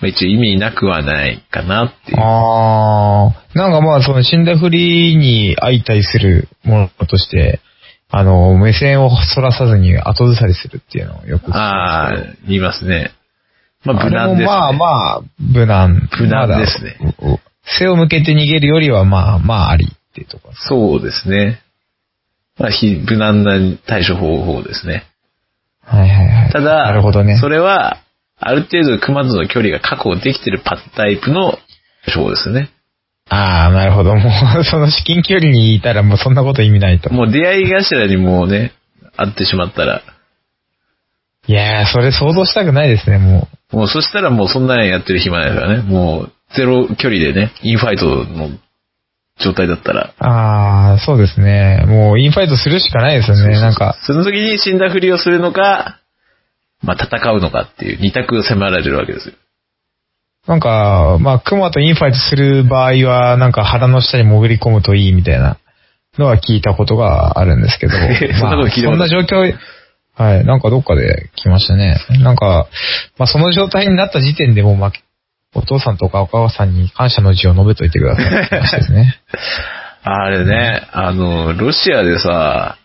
Speaker 2: まあ、一応意味なくはないかなっていう。
Speaker 1: ああ、なんかまあその死んだふりに相対するものとして、あの、目線をそらさずに後ずさりするっていうのをよく聞きま
Speaker 2: あ
Speaker 1: すけど
Speaker 2: あ、言いますね。まあ、
Speaker 1: あ
Speaker 2: 無
Speaker 1: れ
Speaker 2: 難
Speaker 1: も
Speaker 2: です、ね。
Speaker 1: まあまあ、無難。
Speaker 2: 無難ですね
Speaker 1: まだ。おお背を向けて逃げるよりはまあまあありっていうところです。
Speaker 2: そうですね。まあ、非無難な対処方法ですね。
Speaker 1: はいはいはい。
Speaker 2: ただ、
Speaker 1: なるほどね
Speaker 2: そ。れは、ある程度熊との距離が確保できてるパタイプの処方ですね。
Speaker 1: ああ、なるほど。もう、 [LAUGHS] その至近距離にいたらもうそんなこと意味ないと。
Speaker 2: もう出会い頭にもうね、会ってしまったら、
Speaker 1: いやー、それ想像したくないですね、も
Speaker 2: もうそしたらもうそんなのやってる暇ないからね。もうゼロ距離でね、インファイトの状態だったら。
Speaker 1: う。ああ、そうですね。もうインファイトするしかないですよね。なんか、
Speaker 2: その時に死んだふりをするのか、まあ戦うのかっていう二択を迫られるわけですよ。。
Speaker 1: なんか、まあ、熊とインファイトする場合は、なんか腹の下に潜り込むといいみたいなのは聞いたことがあるんですけど
Speaker 2: [LAUGHS] そんなこと聞いた
Speaker 1: まあそ
Speaker 2: こと
Speaker 1: んな状況、はい、なんかどっかで来ましたね。なんか、まあ、その状態になった時点でもう負け、お父さんとかお母さんに感謝の字を述べといてくださいって話です
Speaker 2: [LAUGHS]
Speaker 1: ね。
Speaker 2: あれね、あの、ロシアでさ、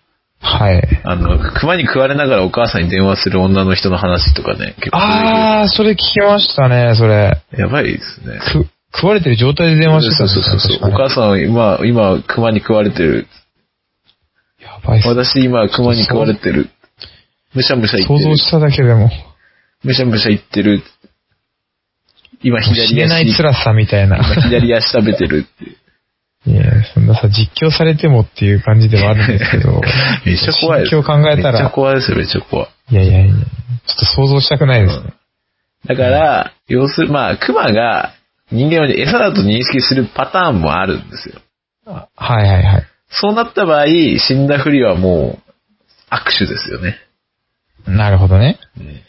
Speaker 1: はい。
Speaker 2: あの、熊に食われながらお母さんに電話する女の人の話とかね、結構
Speaker 1: あー、それ聞きましたね、それ。
Speaker 2: やばいですね。
Speaker 1: く、食われてる状態で電話してたん
Speaker 2: そう
Speaker 1: です
Speaker 2: そう
Speaker 1: よ
Speaker 2: そうそう。
Speaker 1: 確か
Speaker 2: お
Speaker 1: ね
Speaker 2: 母さんは今、今、熊に食われてる。
Speaker 1: やばいっす。
Speaker 2: 私今、熊に食われてる。むしゃむしゃ言って
Speaker 1: 想像
Speaker 2: る。
Speaker 1: しただけでも、
Speaker 2: むしゃむしゃ言ってる。今左足。
Speaker 1: 死ねない辛さみたいな。
Speaker 2: [LAUGHS] 今左足食べてるって。。
Speaker 1: いや、そんなさ、実況されてもっていう感じではあるんですけど
Speaker 2: [LAUGHS] [LAUGHS] めっちゃ怖いです。
Speaker 1: 実況考えた
Speaker 2: めっちゃ
Speaker 1: ら、
Speaker 2: 怖いですよ、めっちゃ怖い。
Speaker 1: いやいやいや、ちょっと想像したくないですね。
Speaker 2: だから、要する、まあ、熊が人間を餌だと認識するパターンもあるんですよ。
Speaker 1: あはいはいはい。
Speaker 2: そうなった場合、死んだふりはもう、握手ですよね。
Speaker 1: なるほどね。
Speaker 2: うん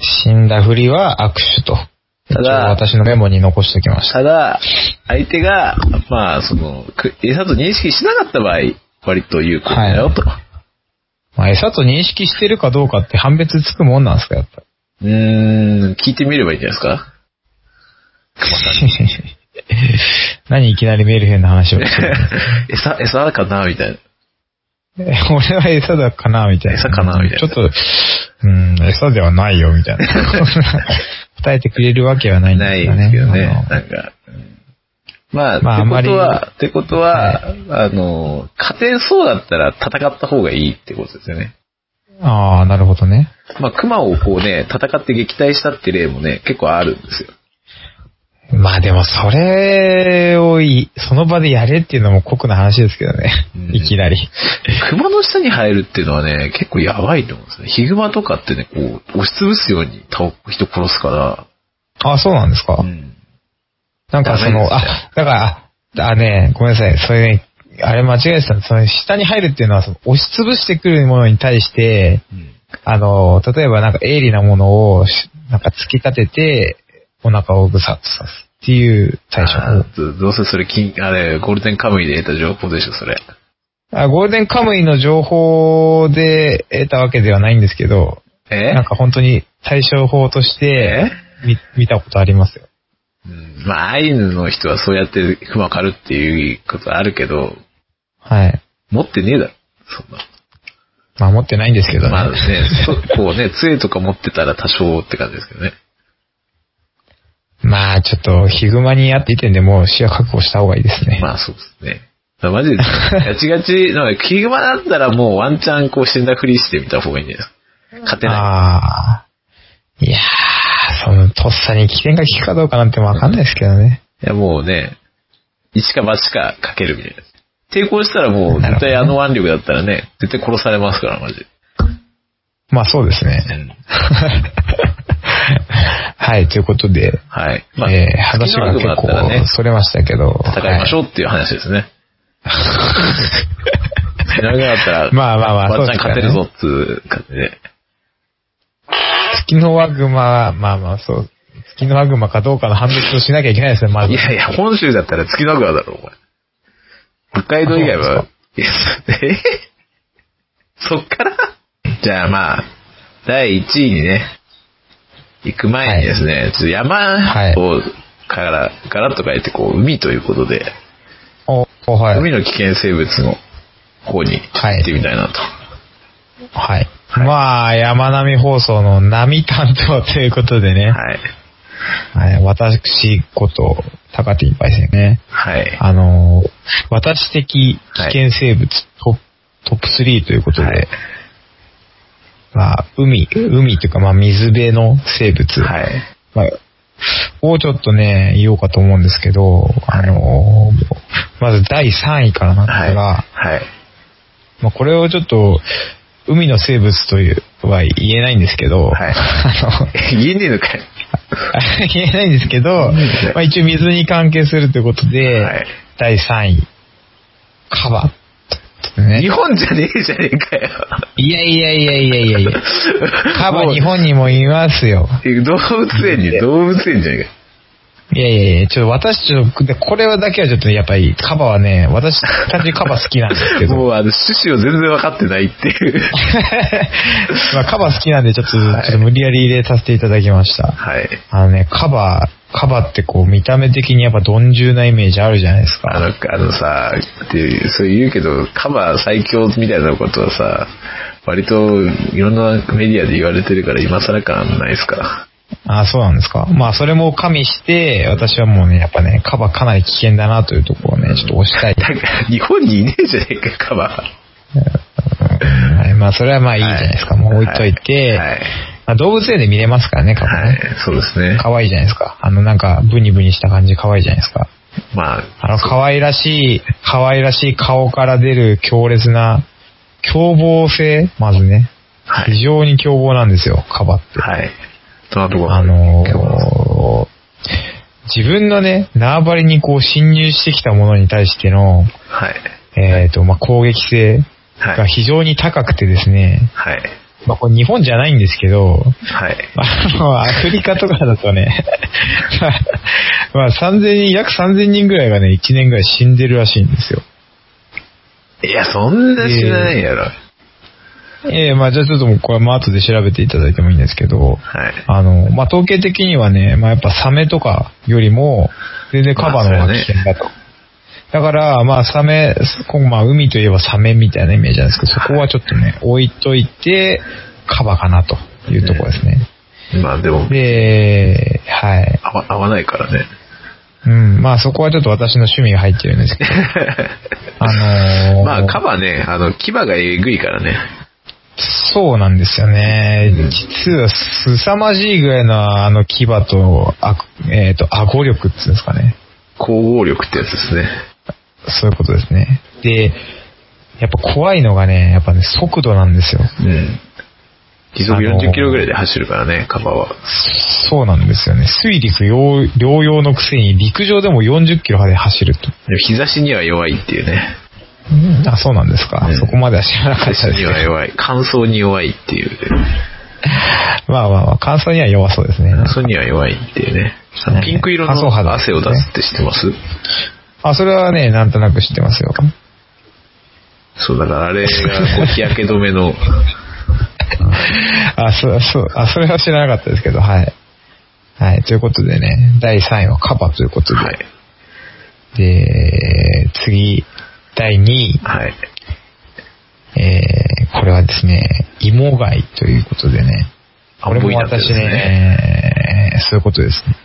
Speaker 1: 死んだふりは握手と。
Speaker 2: ただ
Speaker 1: 一応私のメモに残しておきました。
Speaker 2: ただ、相手が、まあ、その、く餌と認識しなかった場合、割と有効だよ、と。
Speaker 1: まあ、餌と認識してるかどうかって判別つくもんなんですか、やっぱり。
Speaker 2: うーん、聞いてみればいいんじゃないですか。
Speaker 1: 何いきなりメルヘンな話をしてる
Speaker 2: 餌、餌か [LAUGHS] なみたいな。
Speaker 1: え [LAUGHS] 俺は餌だかなみたいな。
Speaker 2: 餌かなみたいな
Speaker 1: ちょっと、うん、餌ではないよ、みたい
Speaker 2: [LAUGHS]
Speaker 1: な。答えてくれるわけはないん
Speaker 2: ない
Speaker 1: です
Speaker 2: で
Speaker 1: かね。
Speaker 2: すけどね
Speaker 1: あの。
Speaker 2: なんか。うんまあ、
Speaker 1: まああんま
Speaker 2: って
Speaker 1: り
Speaker 2: ことは、ってことは、
Speaker 1: は
Speaker 2: あの、勝てそうだったら戦った方がいいってことですよね。
Speaker 1: ああ、なるほどね。
Speaker 2: まあ、熊をこうね、戦って撃退したって例もね、結構あるんですよ。
Speaker 1: まあでも、それをい、その場でやれっていうのも酷な話ですけどね
Speaker 2: うん。
Speaker 1: いきなり。
Speaker 2: 熊の下に入るっていうのはね、結構やばいと思うんですね。ヒグマとかってね、こう、押しつぶすように倒人殺すか、。
Speaker 1: あそうなんですから
Speaker 2: うん。
Speaker 1: なんかその、
Speaker 2: ダメです
Speaker 1: あ、だから、ああね、ごめんなさい。それね、あれ間違えてた。その下に入るっていうのは、その押しつぶしてくるものに対して、
Speaker 2: うん
Speaker 1: あの、例えばなんか鋭利なものをし、なんか突き立てて、お腹をぐさっと刺すっていう対
Speaker 2: あ
Speaker 1: 処
Speaker 2: ーどどうせそれ、金、あれ、ゴールデンカムイで得た情報でしょ、それ。
Speaker 1: あ。ゴールデンカムイの情報で得たわけではないんですけど、
Speaker 2: え
Speaker 1: なんか本当に対処法として見見たことありますよ。
Speaker 2: うんまあ、アイヌの人はそうやって熊狩るっていうことあるけど、
Speaker 1: はい。
Speaker 2: 持ってねえだろ、そんな。
Speaker 1: まあ持ってないんですけどね。
Speaker 2: まあね、そこうね、杖とか持ってたら多少って感じですけどね。
Speaker 1: まあちょっと、ヒグマにやっていてんでもう視野確保した方がいいですね。
Speaker 2: [LAUGHS] まあそうですね。だからマジで、ガチガチ、なんか、ヒグマだったらもうワンチャンこう死んだふりしてみた方がいいんじゃないですか。勝てない。
Speaker 1: ああ。いやー、その、とっさに危険が効くかどうかなんてわかんないですけどね。
Speaker 2: いやもうね、一か八かかけるみたいな。抵抗したらもう絶対あの腕力だったらね、絶対殺されますから、マジで。
Speaker 1: まあそうですね。はい、ということで、
Speaker 2: はい。まあ、
Speaker 1: えー話が
Speaker 2: 好き
Speaker 1: 結
Speaker 2: な
Speaker 1: 構
Speaker 2: 男だったらね、
Speaker 1: それましたけど。
Speaker 2: 戦いまし
Speaker 1: ょ
Speaker 2: ょうっていう話ですね。長かったら、
Speaker 1: [LAUGHS] まあまあまあ
Speaker 2: ワンチャン勝てるぞっていう感じで。
Speaker 1: う。月のワグマは、まあまあそう。月のワグマかどうかの判別をしなきゃいけないですね、まず
Speaker 2: い。やいや、本州だったら月の川だろ、お前。北海道以外は、いやそえそっからじゃあまあ、第1位にね、行く前にですね、ちょっと山を、から、からとか言って、こう、海ということで、
Speaker 1: お、おはい。
Speaker 2: 海の危険生物の方に行ってみたいなと。
Speaker 1: はい。まあ、山並放送の波担当ということでね。
Speaker 2: はい。
Speaker 1: はい。私こと、高手いっぱいですね。
Speaker 2: はい。
Speaker 1: あのー、私的危険生物ト,、トップ3ということで、
Speaker 2: はい
Speaker 1: まあ、海、海というか、まあ、水辺の生物、
Speaker 2: はい。
Speaker 1: まあ、をちょっとね、言おうかと思うんですけど、あのー、まず第3位からなんですが、
Speaker 2: はい。
Speaker 1: まあ、これをちょっと、海の生物というは言えないんですけど、
Speaker 2: は
Speaker 1: [LAUGHS]
Speaker 2: い
Speaker 1: あの、
Speaker 2: 言えねえのかい。
Speaker 1: 言えないんですけど、まあ、一応水に関係するということで、
Speaker 2: はい
Speaker 1: 第3位、カバとね
Speaker 2: 日本じゃねえじゃねえかよ。
Speaker 1: いやいやいやいやいやいやカバ
Speaker 2: もう
Speaker 1: 日本にもいますよ。
Speaker 2: 動物園に、動物園じゃねえかよ。
Speaker 1: いやいやいや、ちょっと私ちょっと、でこれはだけはちょっとやっぱり、カバはね、私、単純にカバ好きなんですけど、
Speaker 2: もうあの趣旨を全然分かってないっていう。
Speaker 1: [LAUGHS] まあカバ好きなんでちょっと、ちょっと無理やり入れさせていただきました。
Speaker 2: [LAUGHS] はい。
Speaker 1: あのね、カバ、カバってこう、見た目的にやっぱ鈍重なイメージあるじゃないです
Speaker 2: あ
Speaker 1: か。
Speaker 2: の、あのさ、って、そう言うけど、カバー最強みたいなことはさ、割といろんなメディアで言われてるから今更感ないですから。
Speaker 1: あ、そうなんですか。まあ、それも加味して、私はもうね、やっぱね、カバかなり危険だなというところをね、ちょっと押したい。
Speaker 2: だから [LAUGHS] 日本にいねえじゃねえかよ、カバ
Speaker 1: うんはいまあ、それはまあいいじゃないですか。
Speaker 2: はい
Speaker 1: もう置いといて、
Speaker 2: はい
Speaker 1: まあ、動物園で見れますからね、カ
Speaker 2: ー。
Speaker 1: バ
Speaker 2: は
Speaker 1: ね。
Speaker 2: い、そうですね。
Speaker 1: 可愛いじゃないですか。あの、なんか、ブニブニした感じ可愛いじゃないですか。
Speaker 2: まあ、
Speaker 1: あの、可愛らしい、可愛らしい顔から出る強烈な、凶暴性まずね。
Speaker 2: は
Speaker 1: 非
Speaker 2: い。
Speaker 1: 常に凶暴なんですよ、カバって。
Speaker 2: はい。どんなとこ
Speaker 1: あの
Speaker 2: 今日
Speaker 1: ー、
Speaker 2: は
Speaker 1: 自分のね、縄張りにこう侵入してきたものに対しての、
Speaker 2: はい。
Speaker 1: えっ、と、まあ、攻撃性
Speaker 2: は
Speaker 1: が
Speaker 2: い。
Speaker 1: 非常に高くてですね、
Speaker 2: はい。
Speaker 1: まあ、これ日本じゃないんですけど、
Speaker 2: はい。
Speaker 1: あの、アフリカとかだとね、 [LAUGHS] まあ、3000人、約3000人ぐらいがね、1年ぐらい死んでるらしいんですよ。
Speaker 2: いや、そんな知らないやろ。
Speaker 1: ええまあ、じゃあちょっともうこれも後で調べていただいてもいいんですけど、
Speaker 2: はい。
Speaker 1: あの、まあ、統計的にはね、まあ、やっぱサメとかよりも、全然カバの方が危険だと。だから、まあ、サメ、こまあ、海といえばサメみたいなイメージなんですけど、そこはちょっとね、置いといて、カバかなというところですね。
Speaker 2: まあでも、
Speaker 1: で、はい。
Speaker 2: 合わ合わないから
Speaker 1: [LAUGHS]
Speaker 2: ね。
Speaker 1: うん、まあそこはちょっと私の趣味が入ってるんです
Speaker 2: [LAUGHS]
Speaker 1: けど。あのー
Speaker 2: まあ、カバね、あの、牙がえぐいからね。
Speaker 1: そうなんですよね。実は凄まじいぐらいのあの牙と、あえっ、と、顎力っていうんですかね。
Speaker 2: 光合力ってやつですね。
Speaker 1: そういうことですね。で、やっぱ怖いのがね、やっぱね、速度なんですよ。
Speaker 2: うん。時速
Speaker 1: あのー
Speaker 2: 40キロぐらいで走るからね、カバは。
Speaker 1: そうなんですよね。水陸両両用のくせに陸上でも40キロまで走ると。
Speaker 2: でも日差しには弱いっていうね。
Speaker 1: あ、そうなんですか。
Speaker 2: うん
Speaker 1: そこまでは知らなか
Speaker 2: 日
Speaker 1: っ
Speaker 2: 差した
Speaker 1: です
Speaker 2: に
Speaker 1: けど
Speaker 2: は [LAUGHS] 弱い。乾燥に弱いっていう。
Speaker 1: まあまあまあ、乾燥には弱そうですね。
Speaker 2: 乾燥には弱いっていうね。あのピンク色
Speaker 1: 乾燥肌
Speaker 2: の
Speaker 1: です
Speaker 2: 汗
Speaker 1: ね
Speaker 2: を出すって知ってます
Speaker 1: あ、それはね、なんとなく知ってますよ。
Speaker 2: そう、だからあれがこう日焼け止めの、
Speaker 1: [LAUGHS] あ、そう、そう、あ、それは知らなかったですけど、はい。はい、ということでね、第3位はカバということで。
Speaker 2: はい。
Speaker 1: で、次、第2位、
Speaker 2: はい。
Speaker 1: えー、これはですね、芋貝ということでね。
Speaker 2: あ
Speaker 1: これも
Speaker 2: 芋貝なんで
Speaker 1: 私
Speaker 2: すね
Speaker 1: ね、そういうことですね。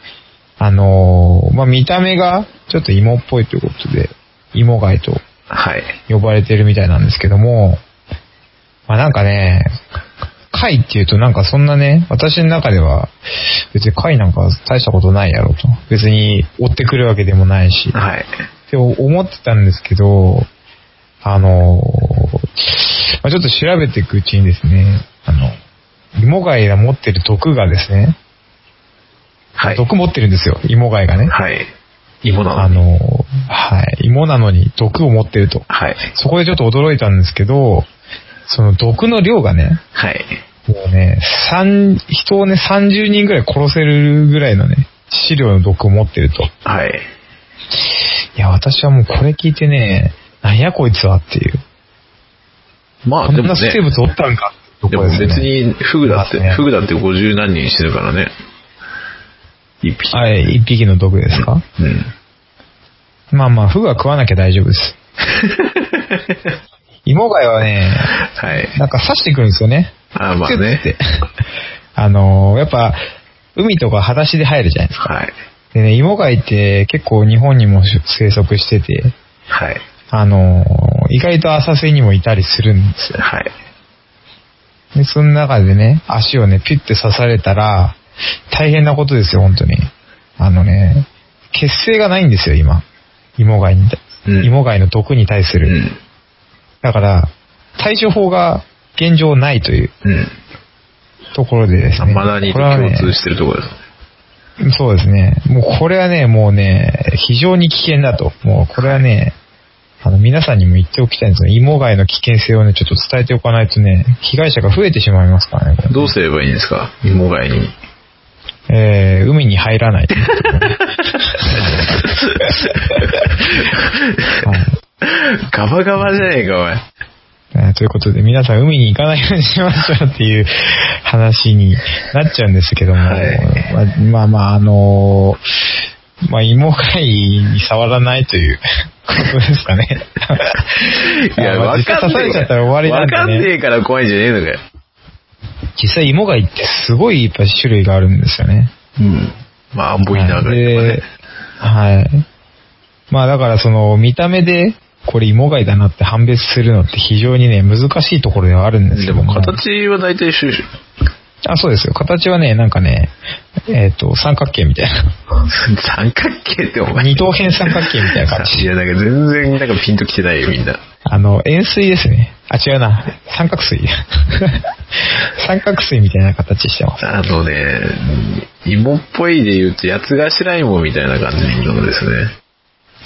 Speaker 1: あのーまあ、見た目がちょっと芋っぽいということで、芋貝と
Speaker 2: はい。
Speaker 1: 呼ばれてるみたいなんですけども、まあなんかね、貝っていうとなんかそんなね、私の中では、別に貝なんか大したことないやろと。別に追ってくるわけでもないし、っ
Speaker 2: はい。
Speaker 1: て思ってたんですけど、あの、まあ、ちょっと調べていくうちにですね、あの、芋貝が持ってる毒がですね、
Speaker 2: はい。
Speaker 1: 毒持ってるんですよ、芋貝がね。
Speaker 2: はい。芋なの。
Speaker 1: あの、はい、芋なのに毒を持ってると。
Speaker 2: はい。
Speaker 1: そこでちょっと驚いたんですけど、その毒の量がね、
Speaker 2: はい。
Speaker 1: もうね、三、人をね、30人ぐらい殺せるぐらいのね、資料の毒を持ってると。
Speaker 2: はい。
Speaker 1: いや、私はもうこれ聞いてね、なんやこいつはっていう。
Speaker 2: ま
Speaker 1: こ
Speaker 2: あ、
Speaker 1: ん
Speaker 2: でも
Speaker 1: な
Speaker 2: ね
Speaker 1: 生。物おったんかってと
Speaker 2: で
Speaker 1: こ
Speaker 2: も
Speaker 1: ですね。
Speaker 2: 別に、フグだって
Speaker 1: まあね、
Speaker 2: フグだって50何人死ぬからね。一匹。
Speaker 1: はい、一匹の毒ですか、
Speaker 2: うん。
Speaker 1: まあまあ、フグは食わなきゃ大丈夫です。芋貝はね、
Speaker 2: はい。
Speaker 1: なんか刺してくるんですよね。
Speaker 2: あまあ
Speaker 1: ピュッ
Speaker 2: ね
Speaker 1: て。あのーやっぱ、海とか裸足で入るじゃないですか
Speaker 2: はい。
Speaker 1: でね、芋貝って結構日本にも生息してて、
Speaker 2: はい。
Speaker 1: あのー意外と浅瀬にもいたりするんですよ。
Speaker 2: はい。
Speaker 1: で、その中でね、足をね、ピュッて刺されたら、大変なことですよ、本当に。あのね、血清がないんですよ、今。芋貝に対、
Speaker 2: うん
Speaker 1: 芋貝の毒に対す
Speaker 2: う
Speaker 1: る。
Speaker 2: ん。
Speaker 1: だから、対処法が現状ないという
Speaker 2: うん。
Speaker 1: ところでですね。
Speaker 2: マダニと
Speaker 1: これはね
Speaker 2: 共通してるところです。
Speaker 1: そうですね。もうこれはね、もうね、非常に危険だと。もうこれはね、あの、皆さんにも言っておきたいんですが、芋貝の危険性をね、ちょっと伝えておかないとね、被害者が増えてしまいますからね。これ
Speaker 2: どうすればいいんですか芋貝に。
Speaker 1: えー、海に入らない。
Speaker 2: [LAUGHS]
Speaker 1: はい
Speaker 2: ガバガバじゃねえか、おい。
Speaker 1: えーということで、皆さん海に行かないようにしましょうっていう話になっちゃうんですけども、
Speaker 2: はい
Speaker 1: まあまあまあ、あのーまあ、芋貝に触らないという [LAUGHS] ことですかね。
Speaker 2: いや、
Speaker 1: まあ
Speaker 2: わかん
Speaker 1: 実際刺さ
Speaker 2: ね
Speaker 1: れ
Speaker 2: え
Speaker 1: ちゃったら終わりなんでね
Speaker 2: わかんねえから怖いんじゃねえのかよ。
Speaker 1: 実際芋貝ってすごいいっぱい種類があるんですよね。
Speaker 2: うん。まあ、アンボイナーがいいとかね
Speaker 1: で。はい。まあだからその見た目でこれ芋貝だなって判別するのって非常にね難しいところではあるんですけ
Speaker 2: で
Speaker 1: ど
Speaker 2: も、形は大体一緒でしょ。
Speaker 1: あ、そうですよ。形はね、なんかね、えっ、と、三角形みたいな。
Speaker 2: [LAUGHS] 三角形ってお前。
Speaker 1: 二等辺三角形みたいな感じ。
Speaker 2: いや、なんか全然なんかピンときてないよ、みんな。
Speaker 1: あの、円錐ですね。あ、違うな。三角錐。 [LAUGHS] 三角錐みたいな形してます。
Speaker 2: あのね、芋っぽいで言うと、八つ頭芋みたいな感じの芋ですね。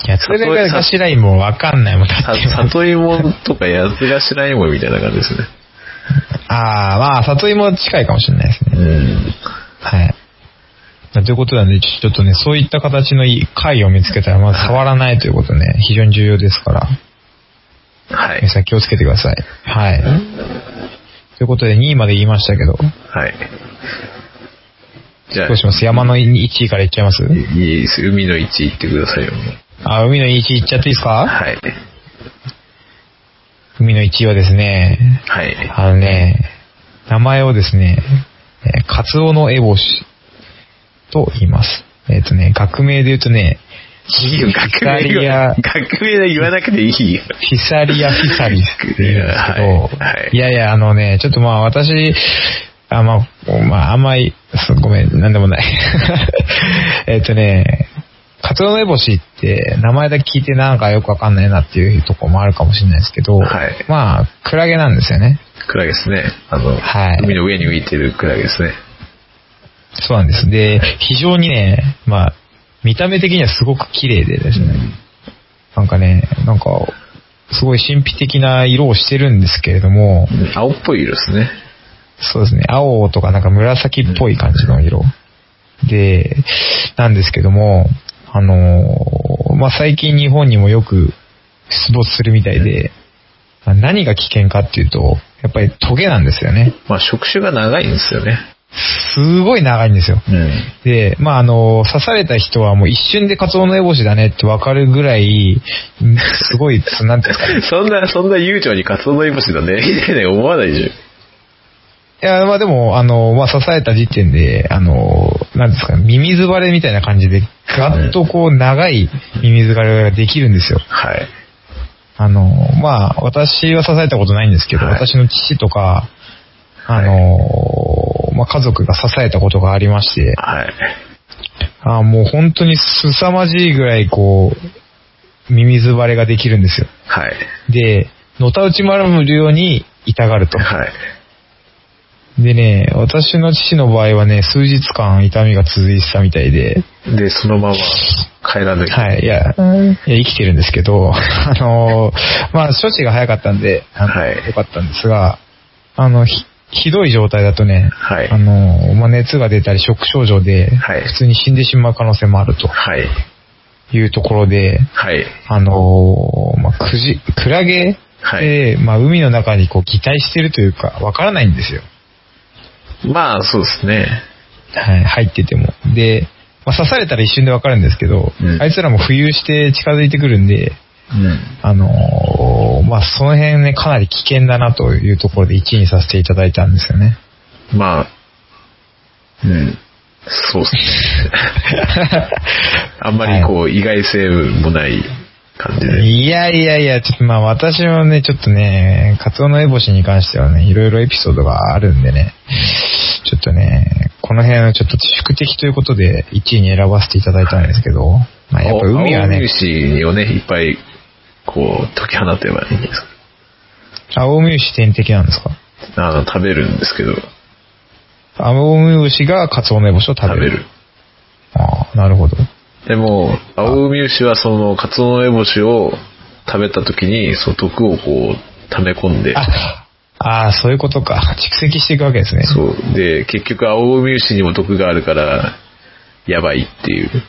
Speaker 1: いや、それが頭にもわかんないもんだ
Speaker 2: さ
Speaker 1: って。
Speaker 2: 里芋とか八つ頭芋みたいな感じですね。
Speaker 1: [LAUGHS] ああ、まあ、里芋近いかもしれないですね。
Speaker 2: うん。
Speaker 1: はい。ということなんで、ちょっとね、そういった形の貝を見つけたら、ま
Speaker 2: [LAUGHS]
Speaker 1: ず触らないということね、非常に重要ですから、
Speaker 2: はい
Speaker 1: 皆。さん気をつけてください。はい。ということで、2位まで言いましたけど、
Speaker 2: はい。じゃあ
Speaker 1: どう、します山の1位からいっちゃいます
Speaker 2: いいです。海の位置行ってくださいよ。
Speaker 1: あ、海の1位いっちゃっていいですか
Speaker 2: はい。
Speaker 1: 海の1位はですね、
Speaker 2: はい。
Speaker 1: あのね、名前をですね、えーカツオのエボシと言います。えっ、とね、学名で言うとね、
Speaker 2: いいよ [LAUGHS] 学名
Speaker 1: イタリ
Speaker 2: が
Speaker 1: ア
Speaker 2: 学名で言わなくていいよ。
Speaker 1: フィサリア・フィサリスって言うんですけど、
Speaker 2: [LAUGHS] はいはい
Speaker 1: いやいや、あのね、ちょっとまあ私、あまあ、まあ、あんまり、そうごめん、なんでもない。 [LAUGHS] えっとね、カツオノエボシって名前だけ聞いてなんかよくわかんないなっていうとこもあるかもしれないですけど、
Speaker 2: はい
Speaker 1: まあ、クラゲなんですよね。
Speaker 2: クラゲですね。あの、
Speaker 1: はい
Speaker 2: 海の上に浮いてるクラゲですね。
Speaker 1: そうなんです。で、非常にね、まあ、見た目的にはすごく綺麗でですね、なんかね、なんか、すごい神秘的な色をしてるんですけれども、
Speaker 2: 青っぽい色ですね。
Speaker 1: そうですね。青とかなんか紫っぽい感じの色。で、なんですけども、あのーまあ、最近日本にもよく出没するみたいで、何が危険かっていうと、やっぱりトゲなんですよね。
Speaker 2: まあ、触手が長いんですよね。
Speaker 1: すごい長いんですよ。
Speaker 2: うん。
Speaker 1: で、まあ、あの、刺された人はもう一瞬でカツオのエボシだねってわかるぐらい、んすごい、つなんていうんですかね。
Speaker 2: [LAUGHS] そんな、そんな悠長にカツオノイボシだね、みたいな思わないでし
Speaker 1: いや、まあでも、あの、まあ刺された時点で、あの、なんですか、ミミズバレみたいな感じで、ガッとこう、長いミミズバレができるんですよ
Speaker 2: ょ。。はい。
Speaker 1: あの、まあ、私は刺されたことないんですけど、
Speaker 2: はい
Speaker 1: 私の父とか、あの、まあ家族が刺されたことがありまして、
Speaker 2: はい。
Speaker 1: あもう本当に凄まじいぐらい、こう、ミミズバレができるんですよ。
Speaker 2: はい。
Speaker 1: で、のたうちまるように痛がると。
Speaker 2: はい。
Speaker 1: でね、私の父の場合はね、数日間痛みが続いてたみたいで、
Speaker 2: で、そのまま帰らない。
Speaker 1: はい、いや、いや生きてるんですけど、 [LAUGHS] あのーまあ、処置が早かったんで、あの
Speaker 2: はい
Speaker 1: よかったんですが、あの、ひ、ひどい状態だとね、
Speaker 2: はい
Speaker 1: あのーまあ、熱が出たり、ショック症状で、
Speaker 2: はい
Speaker 1: 普通に死んでしまう可能性もあると
Speaker 2: はい。
Speaker 1: いうところで、
Speaker 2: はい。
Speaker 1: あのーまあ、クジ、クラゲって、
Speaker 2: はい
Speaker 1: まあ、海の中にこう、擬態してるというか、わからないんですよ。
Speaker 2: まあ、そうですね。
Speaker 1: はい、入ってても。で、まあ、刺されたら一瞬でわかるんですけど、
Speaker 2: うん
Speaker 1: あいつらも浮遊して近づいてくるんで、
Speaker 2: うん。
Speaker 1: あのーまあ、その辺ね、かなり危険だなというところで1位にさせていただいたんですよね。
Speaker 2: まあ、うん。そうです [LAUGHS] ね。あんまりこう、意外性もない感じで。
Speaker 1: いやいやいや、ちょっとまあ私もね、ちょっとね、カツオのエボシに関してはね、いろいろエピソードがあるんでね、ちょっとね、この辺はちょっと自粛的ということで1位に選ばせていただいたんですけど、まあやっぱ海は
Speaker 2: 青
Speaker 1: ね
Speaker 2: 々、しをね、いっぱい、こう、解き放てばいいんです
Speaker 1: 青ミウシ天敵なんですか
Speaker 2: あの、食べるんですけど、
Speaker 1: 青ミウシがカツオのエボシを食べる。
Speaker 2: 食べる。
Speaker 1: ああ、なるほど。
Speaker 2: でも、青海牛はその、カツオノエボシを食べた時に、その毒をこう、溜め込んで、
Speaker 1: あ、ああ、そういうことか。蓄積していくわけですね。
Speaker 2: そう。で、結局、青海牛にも毒があるから、やばいっていう。
Speaker 1: [LAUGHS]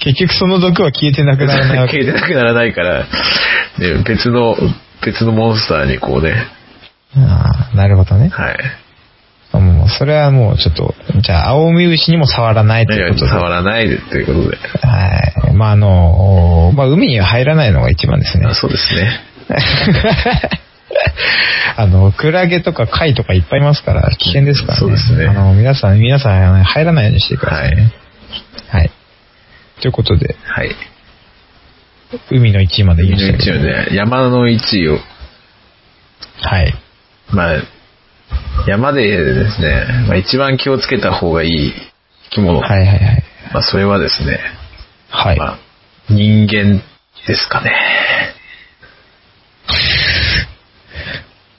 Speaker 1: 結局その毒は消えてなくならないわ
Speaker 2: 消
Speaker 1: け。
Speaker 2: えてなくならないから、ね、別の、別のモンスターにこうね、
Speaker 1: ああ、なるほどね。
Speaker 2: はい。
Speaker 1: あもう、それはもうちょっと、じゃあ、青海牛にも触らないという
Speaker 2: 何
Speaker 1: こと
Speaker 2: か
Speaker 1: で。
Speaker 2: 触らないでということで。
Speaker 1: はい。まあ、あの、まあ、海には入らないのが一番ですね
Speaker 2: あ。そうですね。
Speaker 1: [LAUGHS] あの、クラゲとか貝とかいっぱいいますから、危険ですからね。
Speaker 2: そうですね
Speaker 1: あの、皆さん、皆さん、あの入らないようにしてくださいね。はい。ということで、
Speaker 2: はい。
Speaker 1: 海の1位まで言いま
Speaker 2: 21
Speaker 1: したけど。
Speaker 2: 位ね、山の1位を、
Speaker 1: はい。
Speaker 2: まあ、山でですね、まあ、一番気をつけた方がいい生き物。
Speaker 1: はいはいはい。
Speaker 2: まあ、それはですね、
Speaker 1: はい。
Speaker 2: まあ、人間ですかね。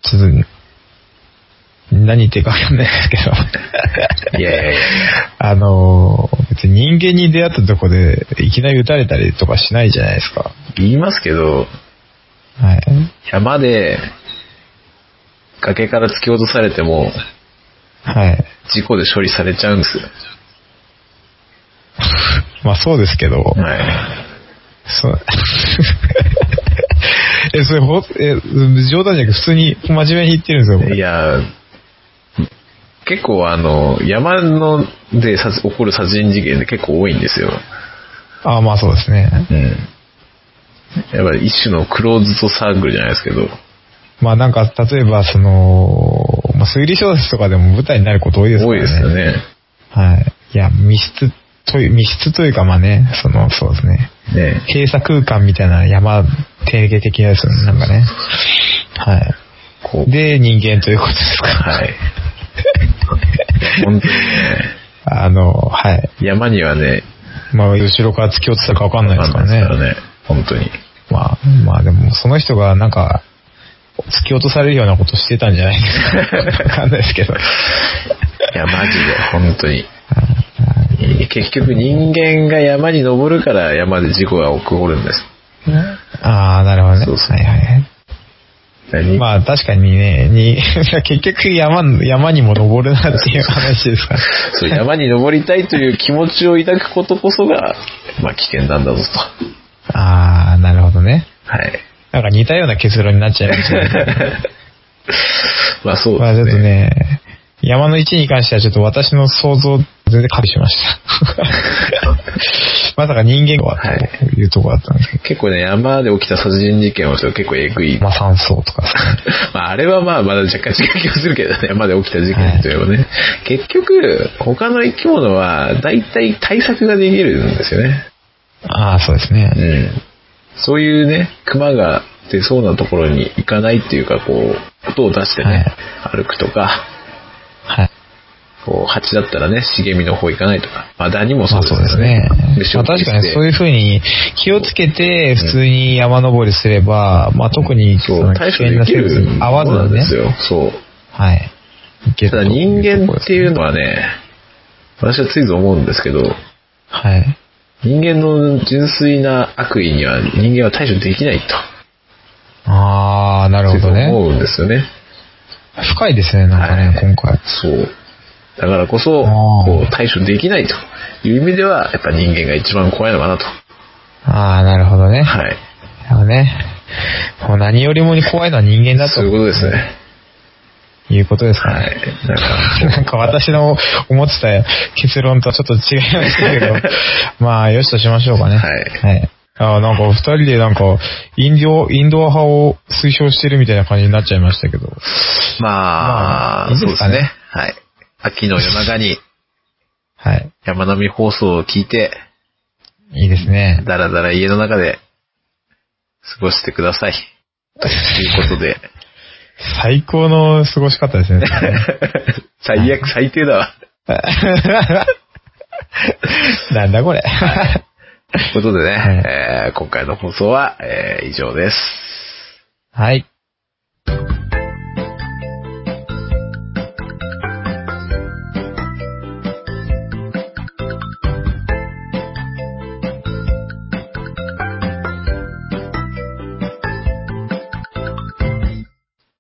Speaker 1: ちょっと、何言ってるかわかんないですけど。
Speaker 2: いやいやいや。
Speaker 1: [LAUGHS] あのー、別に人間に出会ったとこで、いきなり撃たれたりとかしないじゃないですか。
Speaker 2: 言いますけど、
Speaker 1: はい。
Speaker 2: 山で、崖から突き落とされても、
Speaker 1: はい。
Speaker 2: 事故で処理されちゃうんですよ。
Speaker 1: まあそうですけど、
Speaker 2: はい。
Speaker 1: そう [LAUGHS] え、それほ、え、冗談じゃなくて普通に真面目に言ってるんですよ、これ
Speaker 2: いや、結構あの、山のでさ起こる殺人事件で結構多いんですよ。
Speaker 1: ああ、まあそうですね。
Speaker 2: うん。やっぱり一種のクローズドサークルじゃないですけど。
Speaker 1: まあなんか、例えば、その、まあ、推理小説とかでも舞台になること多いですか
Speaker 2: 多
Speaker 1: ら
Speaker 2: い
Speaker 1: ね。
Speaker 2: ですよね。
Speaker 1: はい。いや、密室という、密室というか、まあね、その、そうですね。
Speaker 2: ね
Speaker 1: 閉鎖空間みたいな山、定義的なやつ、なんかね。は
Speaker 2: こ
Speaker 1: い。
Speaker 2: う。
Speaker 1: で、人間ということですか。
Speaker 2: はい。本当にね、
Speaker 1: あの、はい。
Speaker 2: 山にはね、
Speaker 1: まあ、後ろから突き落ちたかわかんないですか
Speaker 2: わかんないですから
Speaker 1: ね。
Speaker 2: ね。本当に。
Speaker 1: まあ、まあでも、その人がなんか、突き落とされるようなことしてたんじゃないですか。わかんないですけど。
Speaker 2: いや、マジで、本当に。結局人間が山に登るから山で事故が起こるんです。
Speaker 1: ああ、なるほどね。
Speaker 2: そうそう
Speaker 1: はいはいはい。
Speaker 2: あ、
Speaker 1: まあ確かにね、に、 [LAUGHS] 結局山、山にも登るなっていう話ですから。
Speaker 2: そう山に登りたいという気持ちを抱くことこそが、まあ危険なんだぞと。
Speaker 1: ああ、なるほどね。
Speaker 2: はい。
Speaker 1: なんか似たような結論になっちゃいましたね。
Speaker 2: まあそう
Speaker 1: まあちょ
Speaker 2: で
Speaker 1: っ
Speaker 2: す
Speaker 1: とね、
Speaker 2: ね。
Speaker 1: 山の位置に関してはちょっと私の想像全然加味しました。
Speaker 2: [LAUGHS]
Speaker 1: まさか人間はというところだったんですけど。
Speaker 2: 結構ね、山で起きた殺人事件は結構えぐい。
Speaker 1: ま
Speaker 2: ま
Speaker 1: あ山荘とかですね
Speaker 2: ああれはまあまだ若干違う気がするけどね、山で起きた事件といえばね。結局、他の生き物は大体対策ができるんですよね。
Speaker 1: ああ、そうですね。
Speaker 2: うんそういうね、熊が出そうなところに行かないっていうか、こう、音を出してね、歩くとか、
Speaker 1: はい。
Speaker 2: こう、蜂だったらね、茂みの方行かないとか、マダニも
Speaker 1: ま
Speaker 2: そう
Speaker 1: あ
Speaker 2: です
Speaker 1: そ
Speaker 2: よ
Speaker 1: うですね。
Speaker 2: 虫
Speaker 1: ま
Speaker 2: を
Speaker 1: あ確かにそう
Speaker 2: う
Speaker 1: いうふうに気をつけて普通に山登りすれば、まあ特にそ
Speaker 2: そう
Speaker 1: の、危
Speaker 2: 対処
Speaker 1: 険
Speaker 2: で
Speaker 1: な
Speaker 2: き
Speaker 1: 生
Speaker 2: る
Speaker 1: 物に合わず
Speaker 2: ものな
Speaker 1: に
Speaker 2: んで
Speaker 1: ね
Speaker 2: す。よ。そう。
Speaker 1: はい。いける
Speaker 2: ただ
Speaker 1: と
Speaker 2: 人
Speaker 1: う
Speaker 2: 間
Speaker 1: ところで
Speaker 2: っ
Speaker 1: す
Speaker 2: て
Speaker 1: ね
Speaker 2: いうのはね、私はついぞ思うんですけど、
Speaker 1: はい。
Speaker 2: 人間の純粋な悪意には人間は対処できないと、
Speaker 1: ああ、なる
Speaker 2: つい
Speaker 1: ほ
Speaker 2: ぞ
Speaker 1: どね。
Speaker 2: 思うんですよね。
Speaker 1: 深いですね、なんかね、
Speaker 2: はい
Speaker 1: 今回。
Speaker 2: そう。だからこそ、
Speaker 1: あー
Speaker 2: こう対処できないという意味では、やっぱ人間が一番怖いのかなと。
Speaker 1: ああ、なるほどね。
Speaker 2: はい。
Speaker 1: あのね。もう何よりも怖いのは人間だと
Speaker 2: そういうことですね。
Speaker 1: いうことですか
Speaker 2: は
Speaker 1: ね。
Speaker 2: い。なん
Speaker 1: [LAUGHS]
Speaker 2: か、
Speaker 1: なんか私の思ってた結論とはちょっと違いましたけ
Speaker 2: [LAUGHS]
Speaker 1: ど、まあ、よしとしましょうかね。
Speaker 2: はい
Speaker 1: はい。ああ、なんかお二人でなんか、インド、インドア派を推奨してるみたいな感じになっちゃいましたけど。
Speaker 2: まあ、
Speaker 1: まあいい
Speaker 2: そ
Speaker 1: で
Speaker 2: うですす
Speaker 1: かね
Speaker 2: ね。はい。秋の夜中に
Speaker 1: はい。
Speaker 2: 山並み放送を聞いて、
Speaker 1: いいですね。
Speaker 2: だらだら家の中で過ごしてください。ということで、
Speaker 1: 最高の過ごし方
Speaker 2: [LAUGHS]
Speaker 1: ですね。
Speaker 2: 最悪、最低だわ。
Speaker 1: なんだこれ。
Speaker 2: ということでね、
Speaker 1: はい
Speaker 2: えー今回の放送は、えー以上です。
Speaker 1: はい。